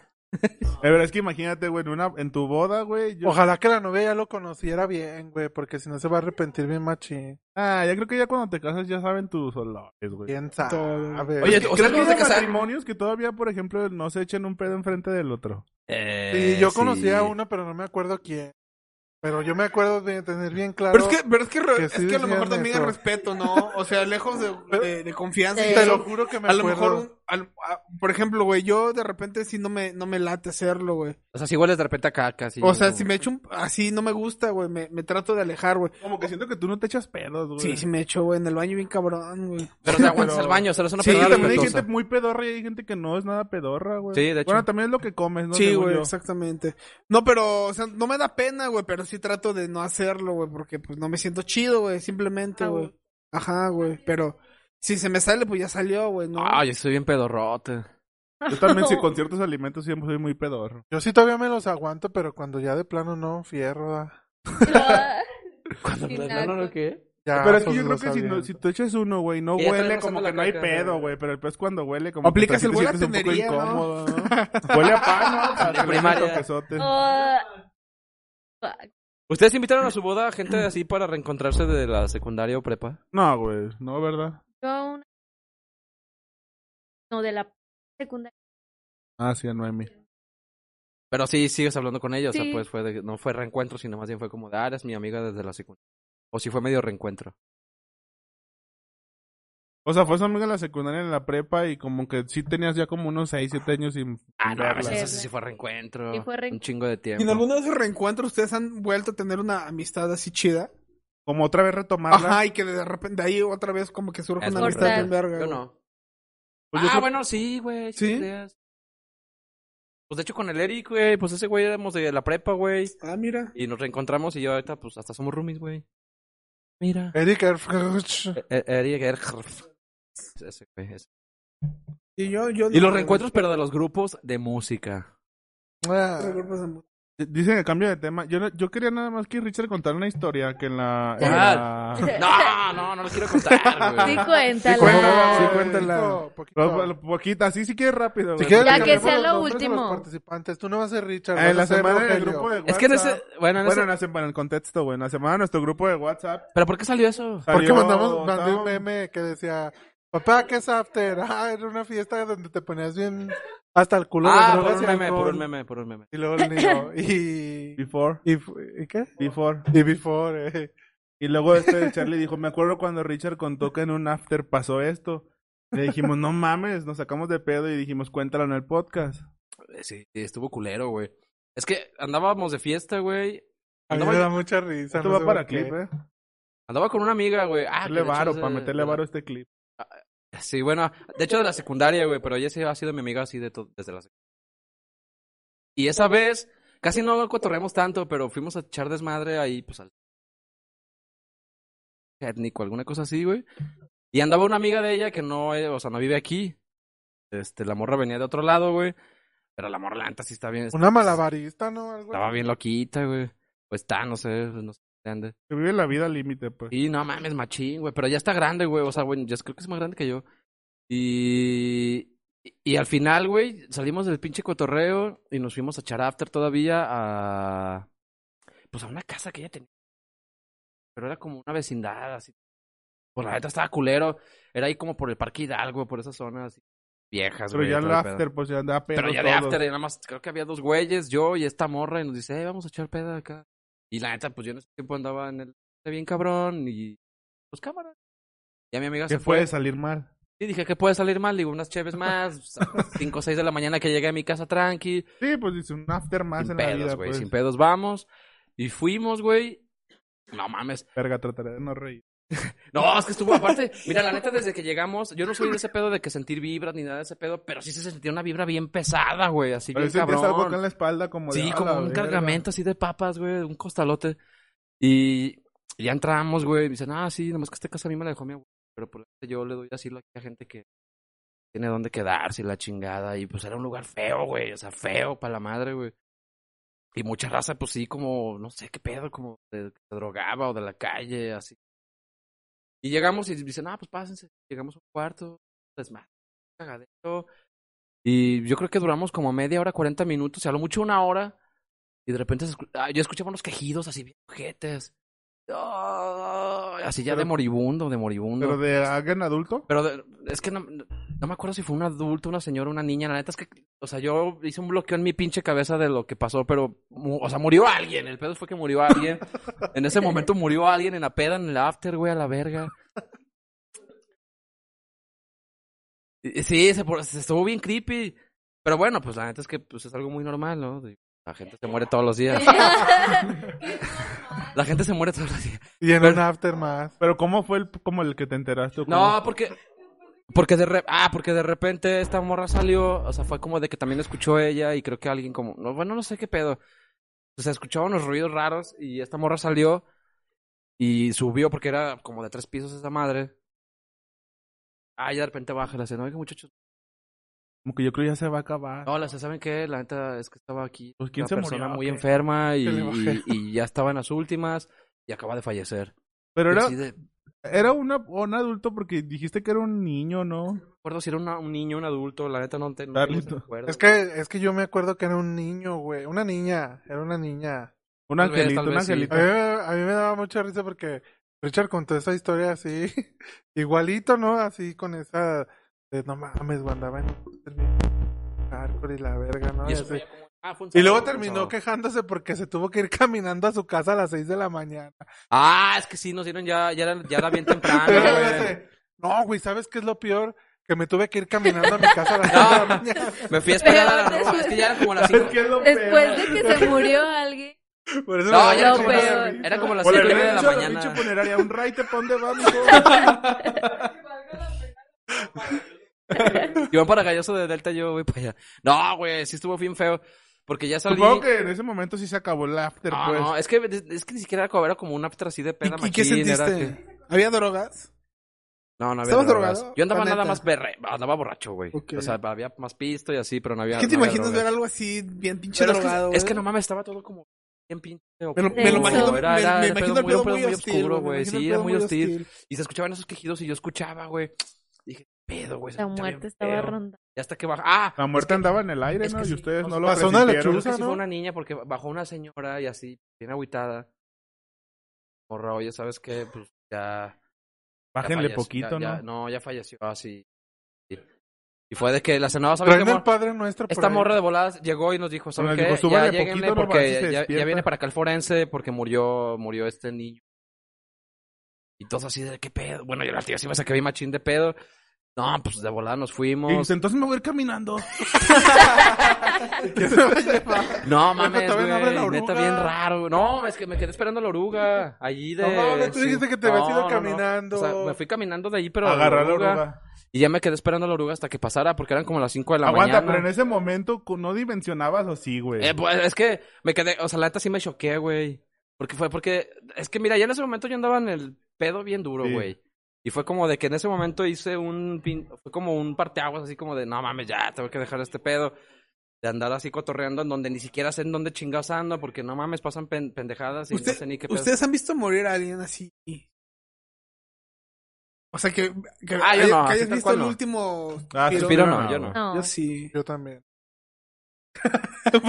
La verdad Eh, es que imagínate, güey, en, una, en tu boda, güey. Yo...
Ojalá que la novia ya lo conociera bien, güey, porque si no se va a arrepentir bien machín.
Ah, ya creo que ya cuando te casas ya saben tus olores, güey.
Quién sabe.
Oye,
¿Crees
o sea,
que
cuando
haya
te casas...
matrimonios que todavía, por ejemplo, no se echen un pedo enfrente del otro.
Eh,
Sí, yo conocí a uno, pero no me acuerdo quién. Pero yo me acuerdo de tener bien claro.
Pero es que, pero es que, re-
Que
es
sí
que a lo
decían
mejor también
eso.
es respeto, ¿no? O sea, lejos de, de- de confianza. y
Te
eso.
lo juro que me
a lo
acuerdo.
mejor, un- al- a- por ejemplo, güey, yo de repente sí no me, no me late hacerlo, güey.
O sea, si hueles de repente a caca, sí.
o sea, si me echo un, así no me gusta, güey, me, me trato de alejar, güey.
Como que siento que tú no te echas pedos, güey.
Sí, sí me echo, güey, en el baño bien cabrón, güey.
Pero te aguantas al baño, o sea, es una
Sí,
persona
también hay
respetuosa.
gente muy pedorra y hay gente que no es nada pedorra, güey.
Sí, de hecho.
Bueno, también es lo que comes, ¿no?
sí,
Según
güey,
yo.
exactamente. No, pero, o sea, no me da pena, güey, pero sí trato de no hacerlo, güey, porque pues no me siento chido, güey, simplemente,
Ah,
güey. Ajá, güey, pero si se me sale, pues ya salió, güey, ¿no?
Ay, yo soy bien pedorrote.
Yo también,
(laughs)
sí, con ciertos alimentos siempre soy muy pedorro.
Yo sí todavía me los aguanto, pero cuando ya de plano no, fierro. ah. da.
Cuando
Sí, naco.
qué?
Ya,
pero es que
pues,
yo creo
los
que si, no-
aviento.
si tú echas uno, güey, no
Y ya
huele,
traes
como
la
que no hay
caca,
pedo,
güey.
güey. Pero después cuando huele, como
Aplicas
que
el
te
huele a
sientes un poco
tenería, ¿no? (laughs)
incómodo, ¿no? Huele a pan, ¿no? Para que le des un
Primaria.
toquezote.
Ah, fuck.
(laughs) ¿Ustedes invitaron a su boda a gente así para reencontrarse de la secundaria o prepa?
No, güey, no, ¿verdad?
Yo una- No, de la secundaria.
Ah, sí, a Noemi.
Pero sí, sigues hablando con ella, o sea,
Sí.
pues fue de- no fue reencuentro, sino más bien fue como de, ah, eres mi amiga desde la secundaria. O si fue medio reencuentro.
O sea, fue su amiga en la secundaria, en la prepa, y como que sí tenías ya como unos 6, 7 años sin
Ah, no,
verla.
pues eso
Verla.
sí fue reencuentro.
Sí fue reencuentro.
Un chingo de tiempo.
¿Y en alguno de esos reencuentros ustedes han vuelto a tener una amistad así chida?
Como otra vez retomarla.
Ajá, y que de repente de ahí otra vez como que surge
Es
una
muy
amistad
raro.
bien verga.
Yo
güey.
no.
Pues yo
ah,
creo-
bueno, sí, güey.
¿Sí?
¿Sí? tenías. Pues de hecho con el Eric, güey, pues ese güey éramos de la prepa, güey.
Ah, mira.
Y nos reencontramos y yo ahorita pues hasta somos roomies, güey. Mira.
(laughs)
Eric Erfurch.
E- e- Eric Erharf. Ese güey, ese.
Y yo, yo
Y los
no, güey.
reencuentros, pero de los grupos de (laughs) música.
Ah,
Reencuentros de mu-
D- Dicen que cambio de tema. Yo, no- yo quería nada más que Richard contara una historia que en la... en
Ah. (laughs) No,
la-
no, no lo quiero contar,
Sí,
güey.
cuéntala.
cuéntala,
Sí,
güey,
cuéntala.
poquito, poquito.
Lo- lo- Poquita, sí, sí que rápido.
Si
güey.
quieres,
Ya
le
que
cambiamos
sea
los
lo
nombres a los
último.
participantes. Tú no vas a ser Richard.
En
vas
la
a ser
semana en el
Rogelio.
grupo de WhatsApp.
Es que en ese. Bueno, en
Bueno,
ese-
en, la sema- en el contexto, güey. En la semana nuestro grupo de WhatsApp.
¿Pero por qué salió eso?
Porque
salió-
mandamos, mandé
estábamos-
un meme que decía, papá, ¿qué es after? (laughs) Ah, era una fiesta donde te ponías bien hasta el culo
Ah,
de
por
drogas
un
y
meme, por
alcohol.
un meme, por un meme.
Y luego el
(laughs)
niño, y...
Before.
¿Y, fu- ¿y qué?
Before.
Y before, eh.
Y luego este Charlie dijo, me acuerdo cuando Richard contó que en un after pasó esto. Le dijimos, no mames, nos sacamos de pedo y dijimos, cuéntalo en el podcast.
Eh, Sí, sí, estuvo culero, güey. Es que andábamos de fiesta, güey.
A mí
Andaba,
me da mucha risa.
Esto
no
va
sé
para
por qué.
clip, eh.
andaba con una amiga, güey. Ah, que de
Meterle
hecho
varo,
es,
para
eh,
meterle varo a este clip.
Sí, bueno, de hecho de la secundaria, güey, pero ella sí ha sido mi amiga así de to- desde la secundaria. Y esa vez, casi no cotorreamos tanto, pero fuimos a echar desmadre ahí, pues al étnico, alguna cosa así, güey. Y andaba una amiga de ella que no, eh, o sea, no vive aquí. Este, la morra venía de otro lado, güey. Pero la morra la neta sí está bien.
Una malabarista, ¿no? Algo
Estaba bien loquita, güey. Pues está, no sé, no sé grande.
Que vive la vida al límite, pues.
Y no mames, machín, güey. Pero ya está grande, güey. O sea, güey, ya es- creo que es más grande que yo. Y. y- Y al final, güey, salimos del pinche cotorreo y nos fuimos a echar after todavía a. Pues a una casa que ella tenía. Pero era como una vecindad, así. Por la neta estaba culero. Era ahí como por el Parque Hidalgo, por esas zonas viejas,
Pero
güey.
ya
todo
el
el pedo.
after, pues ya da pedo.
Pero ya de
todos.
after, y nada más, creo que había dos güeyes, yo y esta morra, y nos dice, eh, vamos a echar peda acá. Y la neta, pues yo en ese tiempo andaba en el bien cabrón, y pues cámara. Ya mi amiga
Que
se fue.
puede salir mal.
Y dije, ¿qué puede salir mal? Digo, unas cheves
(laughs)
más, a las cinco o seis de la mañana que llegué a mi casa tranqui.
Sí, pues dice un after más
sin
en la
pedos,
vida,
güey,
pues.
sin pedos, vamos. Y fuimos, güey. No mames.
Verga, trataré de no reír.
No, es que estuvo aparte. Mira, la neta, desde que llegamos, yo no soy de ese pedo de que sentir vibras ni nada de ese pedo, pero sí se sentía una vibra bien pesada, güey. Así
Pero
bien
sientes
cabrón.
algo acá en la espalda como de,
Sí,
"A
como
la
un
verga".
cargamento así de papas, güey, un costalote. Y ya entramos, güey. y Dicen, ah, sí, nomás que esta casa a mí me la dejó mi abuelo. Pero por eso yo le doy asilo aquí a gente que tiene dónde quedarse y la chingada. Y pues era un lugar feo, güey. O sea, feo para la madre, güey. Y mucha raza, pues sí, como, no sé qué pedo, como de, que se drogaba o de la calle, así. Y llegamos y dicen, ah, pues pásense. Llegamos a un cuarto, desmadre, cagadero. Y yo creo que duramos como media hora, 40 minutos, y a lo mucho una hora. Y de repente se escu- ah, yo escuchaba unos quejidos así bien ojetes. Ah, así ya de
Pero-
moribundo, de moribundo.
Pero de alguien adulto.
Pero de- es que no, no me acuerdo si fue un adulto, una señora, una niña. La neta es que, o sea, yo hice un bloqueo en mi pinche cabeza de lo que pasó, pero, mu- o sea, murió alguien. El pedo fue que murió alguien. en ese momento murió alguien en la peda, en el after, güey, a la verga. Y- y Sí, se, por- se estuvo bien creepy. Pero bueno, pues la neta es que pues, es algo muy normal, ¿no? De- La gente se muere todos los días. la gente se muere todos los días.
Y en
Pero-
un after más.
Pero ¿cómo fue el, como el que te enteraste? o cómo?
No, porque. Porque de, re- ah, porque de repente esta morra salió, o sea, fue como de que también escuchó ella y creo que alguien como, no, bueno, no sé qué pedo. O sea, escuchaba unos ruidos raros y esta morra salió y subió porque era como de tres pisos esa madre. Ah, y de repente baja y le dice, no, oiga, muchachos,
Como que yo creo ya se va a acabar.
hola, ¿se saben qué? La neta es que estaba aquí
Pues, ¿quién
una
se murió,
persona
o
muy
(laughs) qué?
enferma y,
Que le bajé.
y, y ya estaba en las últimas y acaba de fallecer.
Pero
Y
era,
así de- no
era una, un adulto porque dijiste que era un niño, ¿no?
recuerdo si era una- un niño, un adulto, la neta no, te, no tengo
Darlington.
ese recuerdo.
Es que, es que yo me acuerdo que era un niño, güey. Una niña. Era una niña.
Un
Tal vez,
angelito,
tal
un
vez sí.
angelito.
A mí, me- a mí me daba mucha risa porque Richard contó esa historia así, (laughs) igualito, ¿no? Así con esa de no mames, güey, andaba en un hardcore y la verga, ¿no? Y,
eso
así.
fue como- ah, fue un
Y
sábado,
luego
fue un
terminó
sábado.
quejándose porque se tuvo que ir (laughs) caminando a su casa a las 6 de la mañana.
Ah, es que sí, nos dieron ya, ya era, ya era bien temprano,
(laughs)
(laughs) Pero
Ah, güey.
dice, no, güey, ¿sabes qué es lo peor? Que me tuve que ir caminando a mi casa a las
(laughs)
6 de la mañana.
Me fui a esperar a la
Pero
ropa, es que ya era como a las
¿Sabes
cinco.
qué es lo
Después
peor?
de que se murió (laughs) alguien.
Por eso
No, ya
me
era
Lo
daba
como,
mucha risa.
peor.
Era como a las
O le
5 de
hubiera
la
dicho a la pinche
mañana.
funeraria, un ray te pon de
(laughs)
mijo.
Yo para Galloso de Delta, yo voy para allá. No, güey, sí estuvo bien feo. Porque ya salí. Ah,
Supongo que en ese momento sí se acabó el after,
No,
pues.
no, es que, es que ni siquiera era como- era como un after así de peda
¿Y, y qué
machín, era
sentiste?
que-
¿Había drogas?
No, no había
¿Estabas
drogas.
drogado?
Yo andaba
La
nada
neta.
más berre, andaba borracho, güey.
Ok.
O sea, había más pisto y así, pero no había
¿Qué te
no había
imaginas
drogas.
ver algo así bien pinche
Pero es que-
drogado?
Es que
güey?
no mames, estaba todo como bien pinche.
Me lo, me
Denso.
lo imagino, me-
Era- era- era
me, imagino
pedo
el pedo
muy-
muy,
muy
hostil,
oscuro,
me
güey,
imagino
sí,
el
era
pedo
muy hostil. Y se escuchaban esos quejidos y yo escuchaba, güey. Dije, pedo, güey. se
La
escucha
muerte
bien
estaba
feo.
rondando.
Y hasta que baja. ¡Ah!
La muerte andaba en el aire,
es
¿no?
que
Y
sí.
ustedes no lo
Pasó
Ah,
una
resistieron.
Creo que
lechuza,
sí fue
¿no?
una niña porque bajó una señora y así, bien agüitada. Morra, oye, ¿sabes qué? Pues ya. ya
Bájenle
falleció,
poquito,
ya- ya-
¿no?
No, ya falleció así. Y, y fue de que la senadora, ¿sabes qué?
Traen el
mor-
padre nuestro por
Esta
ahí.
morra de voladas llegó y nos dijo, ¿saben
Nos
qué?
dijo,
ya
"Súbale
lleguenle
poquito, no, para ver si
este,
porque ya,
se
ya
despierta".
viene para acá el forense porque murió, murió este niño. Y todos así de, ¿qué pedo? Bueno, yo la tía sí me saqué bien machín de pedo. No, pues de volada nos
Y
fuimos.
dice, entonces me voy a ir
(laughs)
caminando.
No
(laughs) Pero
mames,
todavía no abre
güey,
la
neta
oruga.
bien raro. güey. No, es que me quedé esperando la oruga. Allí de.
No mames, tú dijiste que te habías ido caminando.
O sea, me fui caminando de ahí, pero. a
Agarrar la oruga.
Y ya me quedé esperando la oruga hasta que pasara, porque eran como las 5 de la
Aguanta,
mañana.
pero en ese momento cu- no dimensionabas o sí, güey.
Eh, pues, es que me quedé, o sea, la neta sí me choqué, güey. Porque fue porque, es que mira, ya en ese momento yo andaba en el pedo bien duro,
Sí.
güey. Y fue como de que en ese momento hice un, pin- fue como un parteaguas, así como de, no mames, ya, tengo que dejar este pedo. De andar así cotorreando en donde ni siquiera sé en dónde chingados ando, porque no mames, pasan pen- pendejadas y
Usted-
no sé ni qué pedo.
¿Ustedes han visto morir a alguien así? O sea, que, que,
Ah, yo
haya-
no,
que
así
hayas
tal
visto
cual
el
no.
último...
Ah,
suspiro.
suspiro no, yo no.
No.
Yo sí.
Yo también.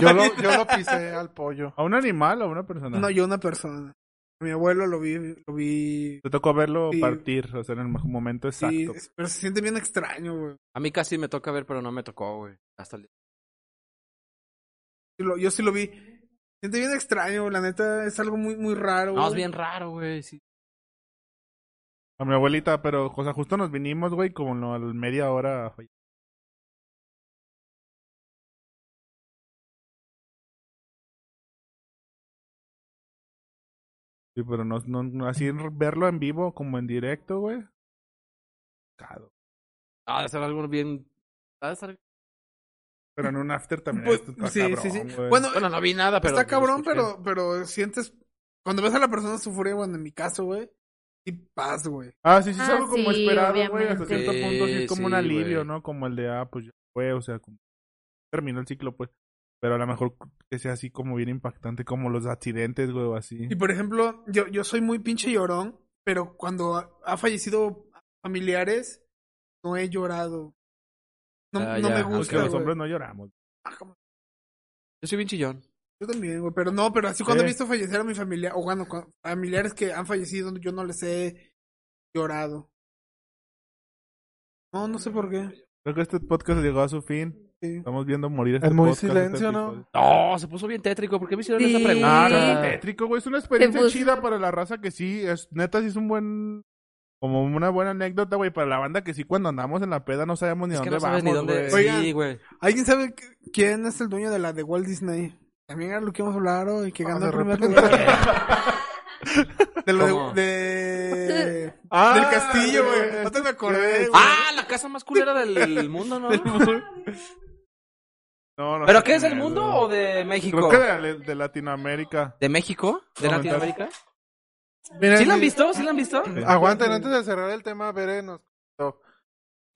Yo
(laughs)
lo, yo lo pisé al pollo.
¿A un animal o a una persona?
No, yo una persona. Mi abuelo lo vi, lo vi...
Te tocó verlo
Sí.
partir, o sea, en el mo- momento exacto.
sí, pero se siente bien extraño, güey.
A mí casi me toca ver, pero no me tocó, güey. Hasta el-
Yo, lo- yo sí lo vi. Se siente bien extraño, güey, la neta. Es algo muy, muy raro,
No, es
güey.
bien raro, güey. sí.
A mi abuelita, pero, o sea, justo nos vinimos, güey, como no, a la media hora. falle- Sí, pero no, no, no- así r- verlo en vivo, como en directo, güey. Cado.
Ah, debe ser algo bien... ha de ser-
Pero en un after también.
Pues,
esto está
sí,
cabrón,
sí, sí.
güey.
Bueno,
Bueno, no vi nada, pero...
está cabrón,
escuché.
pero, pero sientes... Cuando ves a la persona sufrir, bueno, en mi caso, güey, y paz, güey.
Ah, sí, sí, es
Ah,
algo como
sí,
esperado, güey. Hasta
obviamente.
cierto punto, sí, es como un
Sí, sí,
alivio,
güey.
¿no? Como el de, ah, pues ya fue, o sea, como terminó el ciclo, pues. Pero a lo mejor que sea así como bien impactante, como los accidentes, güey, o así.
Y por ejemplo, yo, yo soy muy pinche llorón, pero cuando ha- ha fallecido familiares, no he llorado. No,
Ah, ya,
no me
aunque
Porque
gusta.
los
güey.
hombres no lloramos.
Ah, como-
Yo soy bien chillón.
Yo también, güey. Pero no, pero así cuando
Sí.
he visto fallecer a mi familia, o bueno, cu- familiares que han fallecido, yo no les he llorado. No, no sé por qué.
Creo que este podcast llegó a su fin.
Sí.
Estamos viendo morir este
Es muy
podcast, este
silencio, ¿no?
episodio.
No, se puso bien tétrico. ¿Por qué me hicieron
Sí.
esa
Ah,
pregunta?
no, está
Ah.
tétrico, güey. Es una experiencia
puso-
chida para la raza que sí, es neta, sí es un buen. Como una buena anécdota, güey, para la banda que sí, cuando andamos en la peda no sabemos ni
Es
a
que
dónde
no sabes
vamos,
ni dónde.
güey.
Oigan.
Sí, güey.
¿Alguien sabe qu- quién es el dueño de la de Walt Disney? También era lo que íbamos a hablar hoy, que
Ah,
ganó
de
el primer
repente.
lugar. De lo
¿Cómo?
de- de...
Ah,
Del castillo, güey.
güey.
No te me acordé, güey.
Ah, la casa más culera del mundo, ¿no?
No, no
¿Pero
sé
qué es
quién
del mundo
güey.
o de México?
Creo que de, de Latinoamérica.
¿De México? ¿De
Comentario.
Latinoamérica?
Miren,
¿Sí la han visto? ¿Sí la han visto?
Aguanten, antes de cerrar el tema, Bere nos contó.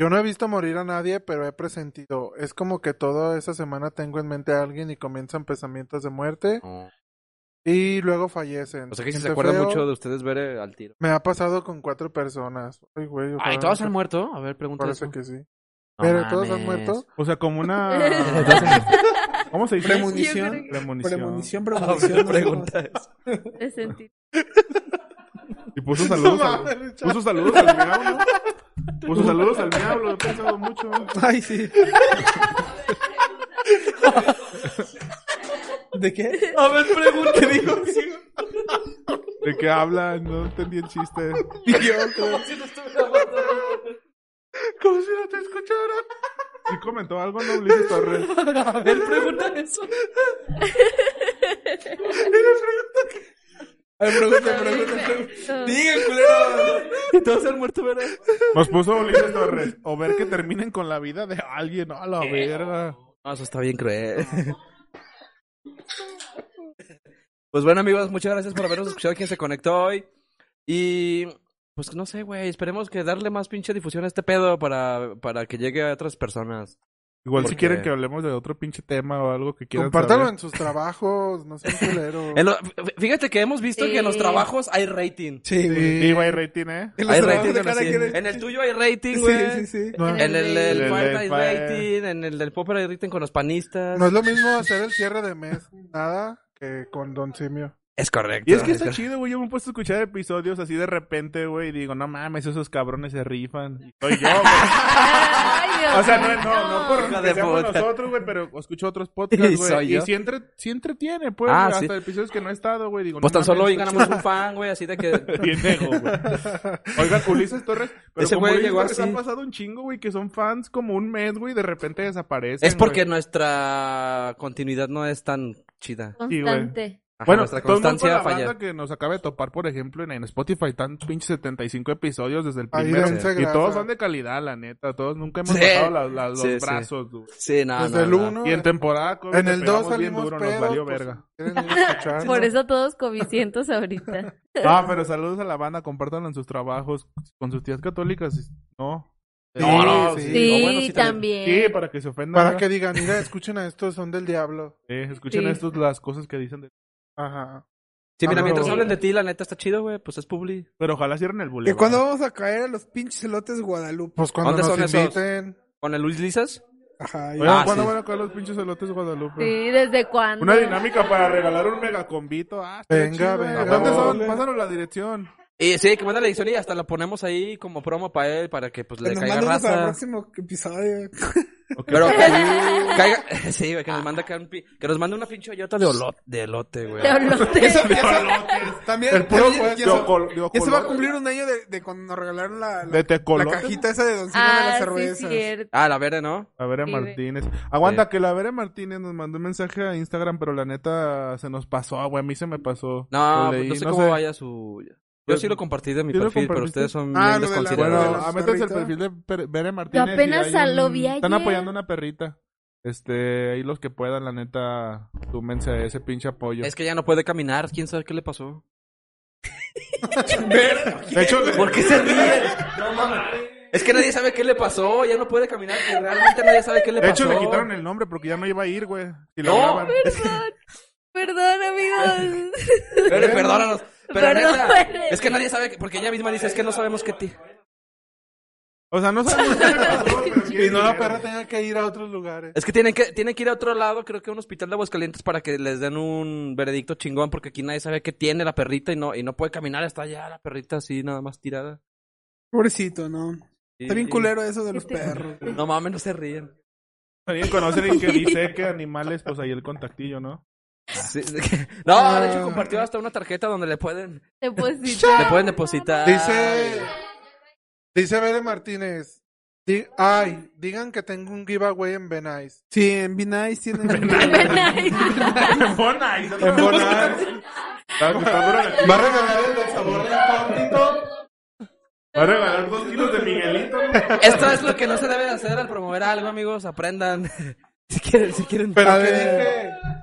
Yo no he visto morir a nadie, pero he presentido. Es como que toda esa semana tengo en mente a alguien y comienzan pensamientos de muerte y luego fallecen.
O sea que si se
Siente
acuerdan
feo.
mucho de ustedes ver eh, al tiro.
Me ha pasado con cuatro personas. Ay, güey. ojalá
Ay,
no
¿todos
se-
han muerto? A ver, pregunta
Parece
eso.
que sí. Pero todos han muerto.
O sea, como
(laughs)
una. ¿Cómo se dice?
Premonición.
Yo creo
Premonición.
Premonición,
Ahora
premonición.
pregunta eso.
(laughs)
de sentir.
Y puso saludos.
No
al-
mames, chavo.
puso saludos al diablo. Puso saludos al diablo. He pensado mucho.
Ay, sí. ¿De qué?
A ver, pregunta, digo.
¿De qué hablan? No entendí el chiste.
Como si no te escuchara.
Sí comentó algo, no, Ulises Torres.
Él pregunta eso.
A ver, pregunta, pregunta.
Perfecto.
Diga, culero.
Y todos han muerto, ¿verdad?
Nos puso Ulises Torres. O ver que terminen con la vida de alguien. A la verga.
No, eso está bien cruel. (laughs) Pues bueno, amigos, muchas gracias por habernos escuchado quien se conectó hoy. Y pues no sé, güey, esperemos que darle más pinche difusión a este pedo para, para que llegue a otras personas.
Igual si
Porque-
quieren que hablemos de otro pinche tema o algo que quieran
Compártalo
saber.
en sus trabajos, no sean
(laughs)
culeros.
En lo- f- fíjate que hemos visto que en los
Sí.
trabajos hay rating.
Sí, güey.
Sí, güey, rating, ¿eh?
En los
Hay
trabajos
rating
de
en,
cada
los-
quien es-
en el tuyo hay rating, güey.
Sí, sí, sí.
No,
En el
En
del
el
Fire
del
hay
Fire.
rating, en el del Popper hay rating con los panistas.
no es lo mismo hacer el cierre de mes, nada, que con Don Simio.
Es correcto.
Y es que está
correcto.
chido, güey. Yo me he puesto a escuchar episodios así de repente, güey. Y digo, no mames, esos cabrones se rifan. Y soy yo, güey.
Ay, Dios
O sea, no,
mío.
no, no
Hijo
por
de
que seamos
puta.
nosotros, güey, pero escucho
(laughs)
otros
Y
podcasts,
soy
güey. Y,
yo.
sí, entre, sí entretiene, pues,
Ah,
güey,
sí.
hasta episodios que no he estado, güey. Digo,
Pues
no
tan solo hoy
mames,
(laughs)
ganamos un fan, güey, así de que
(laughs) Bien ego, güey. Oigan, Ulises Torres, pero
Ese
como
güey
Ulises
llegó
Torres
así.
han pasado un chingo, güey, que son fans como un mes, güey, y de repente desaparecen.
Es porque
güey.
nuestra continuidad no es tan chida.
Sí, güey.
Constante.
Ajá,
Bueno,
nuestra
todo el mundo
constancia
la banda
falla.
que nos acaba de topar, por ejemplo, en, en Spotify, tan pinche 75 episodios desde el
Ahí
primero.
dense
Y
grasa.
todos son de calidad, la neta. Todos nunca hemos
Sí.
bajado las- las- los
Sí, sí.
brazos, güey.
Sí, no,
Desde
Ah, no,
el
no.
uno,
Y en temporada, COVID,
eh, en
le
el 2
pegamos bien
salimos
duro,
pedos,
nos valió
pues,
verga.
(laughs) quieren ir a escuchar,
Por
¿no?
eso todos covicientos ahorita.
Ah, pero saludos a la banda, compártanlo en sus trabajos, con sus tías católicas, ¿no?
No, no,
sí.
sí.
Sí,
o bueno, sí,
también.
Eh.
Sí, para que se ofendan.
Para
¿no?
que digan, mira, escuchen a estos, son del (laughs) diablo.
Sí, escuchen
Sí.
estos las cosas que dicen. de-
Ajá.
Sí, mira,
Ah,
mientras
no.
hablen de ti, la neta está chido, güey. Pues es publi.
Pero ojalá cierren el boulevard.
¿Y cuándo vamos a caer a los pinches elotes Guadalupe?
Pues cuando
¿Dónde
nos
son esos?
inviten.
¿Con el Luis Lizas?
Ajá, ya.
Oigan,
Ah,
¿cuándo
sí.
van a caer los pinches elotes Guadalupe?
Sí, ¿desde cuándo?
Una dinámica para regalar un megacombito. Ah, está
Venga,
chido,
venga.
eh. ¿Dónde son?
Ole.
Pásanos la dirección.
Y sí, que manda la edición y hasta la ponemos ahí como promo para él, para que pues le
nos
caiga
mandamos para el
raza.
próximo episodio. (laughs)
Pero que caiga... (laughs) Sí, güey, que nos manda acá un pi- que nos mande una pinche ollota de, olot... de elote, güey.
Te habló-
Eso, también,
El puro
también
juez
ya
de
se-
ocol- de
ya se va a
ocolote.
cumplir un año de, de cuando nos regalaron la, la,
¿De tecolote?
la cajita esa de Don Simón de
Ah,
las
sí,
cervezas.
cierto.
Ah, la verde, ¿no?
La Vera
Sí, güey.
Martínez. Aguanta, que la Vera Martínez nos mandó un mensaje a Instagram, pero la neta se nos pasó, güey. A mí se me pasó.
No, pues,
Lo leí,
no sé cómo vaya su... Yo sí lo compartí de mi
¿Sí lo
perfil, pero
compartiste?
ustedes son bien
Ah, lo de la-
Bueno,
desconsiderados.
Los
a métanse el
perritos.
perfil de Per- Vera
Yo
Martínez. y
apenas
hay
a
un-
lo vi ayer.
Están apoyando una perrita. Este, ahí los que puedan, la neta, súmense a ese pinche apoyo.
Es que ya no puede caminar. ¿Quién sabe qué le pasó?
De hecho,
¿Por qué se ríe? Es que nadie sabe qué le pasó, ya no puede caminar, que realmente nadie sabe qué le
de
pasó.
hecho le quitaron el nombre porque ya no iba a ir, güey. Si la
No,
graban. (laughs)
Perdón, perdón, amigos.
Pero perdónanos. Pero
Perdón.
neta, es que nadie sabe, que- porque ella misma dice, es que no sabemos qué ti.
O sea, no
(laughs)
sabemos qué le pasó, pero
Y no la perra tenía que ir a otros lugares.
Es que tienen que, tienen que ir a otro lado, creo que a un hospital de Aguascalientes para que les den un veredicto chingón, porque aquí nadie sabe qué tiene la perrita y no, y no puede caminar, está ya la perrita así nada más tirada.
Pobrecito, ¿no?
Sí,
Está bien
sí.
culero eso de los
Este-
perros. güey.
No mames, no se ríen.
También conocen y que dice que animales, pues ahí el contactillo, ¿no?
Sí, sí. No, de hecho compartió hasta una tarjeta donde le pueden,
Te
le
pusiste.
pueden
Ah,
depositar.
Dice, dice Bere Martínez. di- ay, digan que tengo un giveaway en Venice.
Sí, en Be Nice
(laughs)
tienen...
En Bonai. En Bonai. Está- está dura la-
Va a regalar el del sabor del cortito.
Va a regalar dos kilos de Miguelito.
Esto es lo que no se debe de hacer al promover algo, amigos. Aprendan. (laughs) Si quieren, si quieren.
Pero
A
que
ver.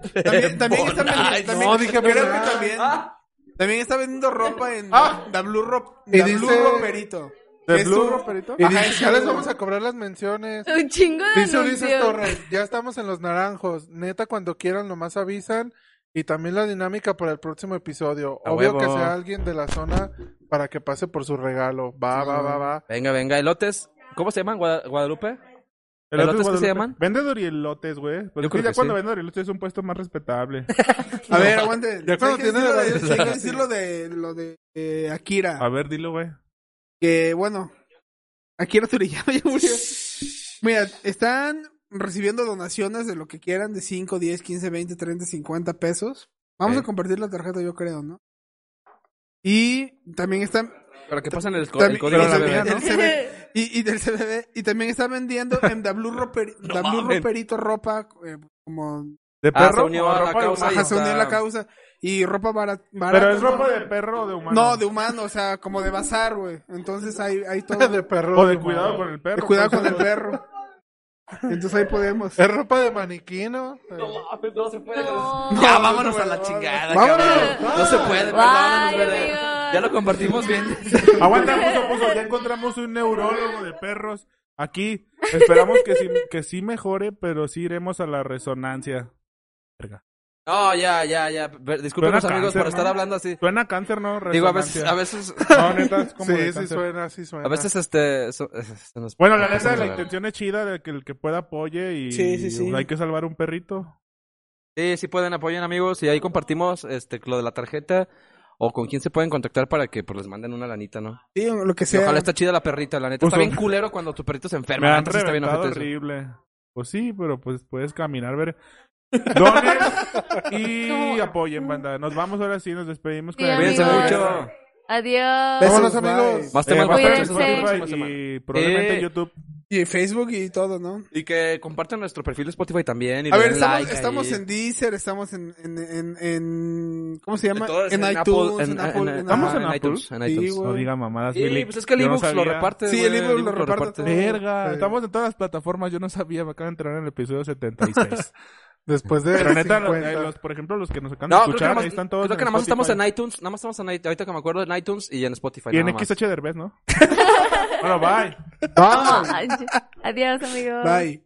dije.
También, también
Bonai,
están vendiendo... También,
no, dije
creo que
Bonai.
también,
Ah,
también está vendiendo ropa en Da Blue Rop...
Y
Da
dice-
Blue Roperito.
¿De
Es
Blue
un-
Roperito?
Y
Ajá,
dice,
es
ya les
un-
vamos a cobrar las menciones.
Un chingo de
Dice Ulises
anuncios.
Torres, ya estamos en los naranjos. Neta, cuando quieran, nomás avisan. Y también la dinámica para el próximo episodio.
A
Obvio
huevo.
que sea alguien de la zona para que pase por su regalo. Va, va, va, va.
Venga, venga, elotes. ¿Cómo se llaman? ¿Guada- Guadalupe. ¿Elotes
Guadalupe.
qué se llaman?
Venden orielotes, güey. Pues
Yo
es
creo
ya
que
cuando
sí.
venden orielotes es un puesto
(laughs)
más respetable.
A ver, aguante.
Ya
Hay
cuando
que
tiene
decir lo de-
varios-
hay que decir lo de, lo de eh, Akira.
A ver, dilo, güey.
Que bueno, Akira Toriyama (laughs) ya murió. Mira, están recibiendo donaciones de lo que quieran, de 5, 10, 15, 20, 30, 50 pesos. Vamos
Ok.
a compartir la tarjeta, yo creo, ¿no? Y también están.
Para que pasen el, co- el
también-
código
y
de la
también-
bebida,
el CB
(laughs)
Y, y del CBB. Y también
(laughs)
están vendiendo en W, Roper- W Roperito ropa eh, como
¿De
Ah, se
perro?
unió
o
a la
ropa de
causa
humano?
Ajá,
y-
se unió
está-
la causa. Y ropa barata.
Pero es ropa de perro o de humano.
No, de humano, o sea, como de bazar, güey. Entonces hay, hay todo.
(laughs) de perro.
O (laughs) de
humano.
cuidado con el
de
perro.
cuidado
pues,
con el perro. Entonces ahí podemos.
Es ropa de maniquino.
Ah, (laughs)
No.
Ya, vámonos a la chingada,
Vámonos.
cabrón. No se puede, perdónanos,
Bye,
verga.
amigos.
Ya lo compartimos
(laughs)
bien.
Aguanta, puso, puso. Ya encontramos un neurólogo de perros. Aquí esperamos que sí, que sí mejore, pero sí iremos a la resonancia.
No, ya, ya, ya. Ver, Discúlpenos,
Suena
amigos,
cáncer,
por estar
¿no?
hablando así.
Suena a cáncer, ¿no?
Digo, a veces,
Resonancia.
a veces,
No, neta, es como de
Sí, sí
cáncer.
suena, sí suena.
a veces, este, so- (laughs) se nos-
Bueno, la neta,
pasamos
la
a ver.
intención es chida de que el que pueda apoye y
Sí, sí, sí.
hay que salvar un perrito.
Sí, sí pueden, apoyen amigos y ahí compartimos este lo de la tarjeta o con quién se pueden contactar para que pues les manden una lanita, ¿no?
Sí, lo que
Y
sea.
ojalá está chida la perrita, la neta.
Pues,
Está bien
o-
culero cuando tu perrito se
Me
enferma. la
han
neta, sí está bien
reventado
ojete eso.
horrible. Pues sí, pero pues puedes caminar, ver. Donen
(laughs)
y apoyen, banda. Nos vamos ahora sí, nos despedimos con
Sí,
el-
amigos.
Cuídense mucho.
Adiós.
Besos,
Vámonos,
bye.
amigos.
Más
Eh,
temas
va a
para
estar en
ustedes
Cuídense.
la próxima
Spotify
semana.
y probablemente
Eh,
en YouTube.
Y Facebook y todo, ¿no?
Y que compartan nuestro perfil de Spotify también. Y
A
le den
ver, estamos,
like ahí.
estamos en Deezer, estamos en, en, en, en- ¿cómo se llama?
En todas,
En,
en Apple,
iTunes,
en-
en, Apple.
en-
en-
estamos
ajá.
en Apple.
iTunes. En
Sí,
iTunes.
güey.
No diga mamadas,
Sí,
Billy.
pues es que el
Yo no
ebook lo
sabía.
reparte.
Sí, el
güey,
ebook lo
ebook
reparte todo.
Verga,
Sí.
estamos en todas las plataformas. Yo no sabía, me acabo de entrar en
(laughs)
el episodio 76.
Después de
Pero neta, los,
50.
eh, los- por ejemplo, los que nos acaban de
No, creo que
escuchar,
nada más,
ahí están todos.
creo que nada más estamos en
Spotify.
iTunes. Nada más estamos en iTunes. Ahorita que me acuerdo, en iTunes y en Spotify.
Y en
nada más.
XH Derbez, ¿no? bueno, bye.
Adiós, amigos.
Bye.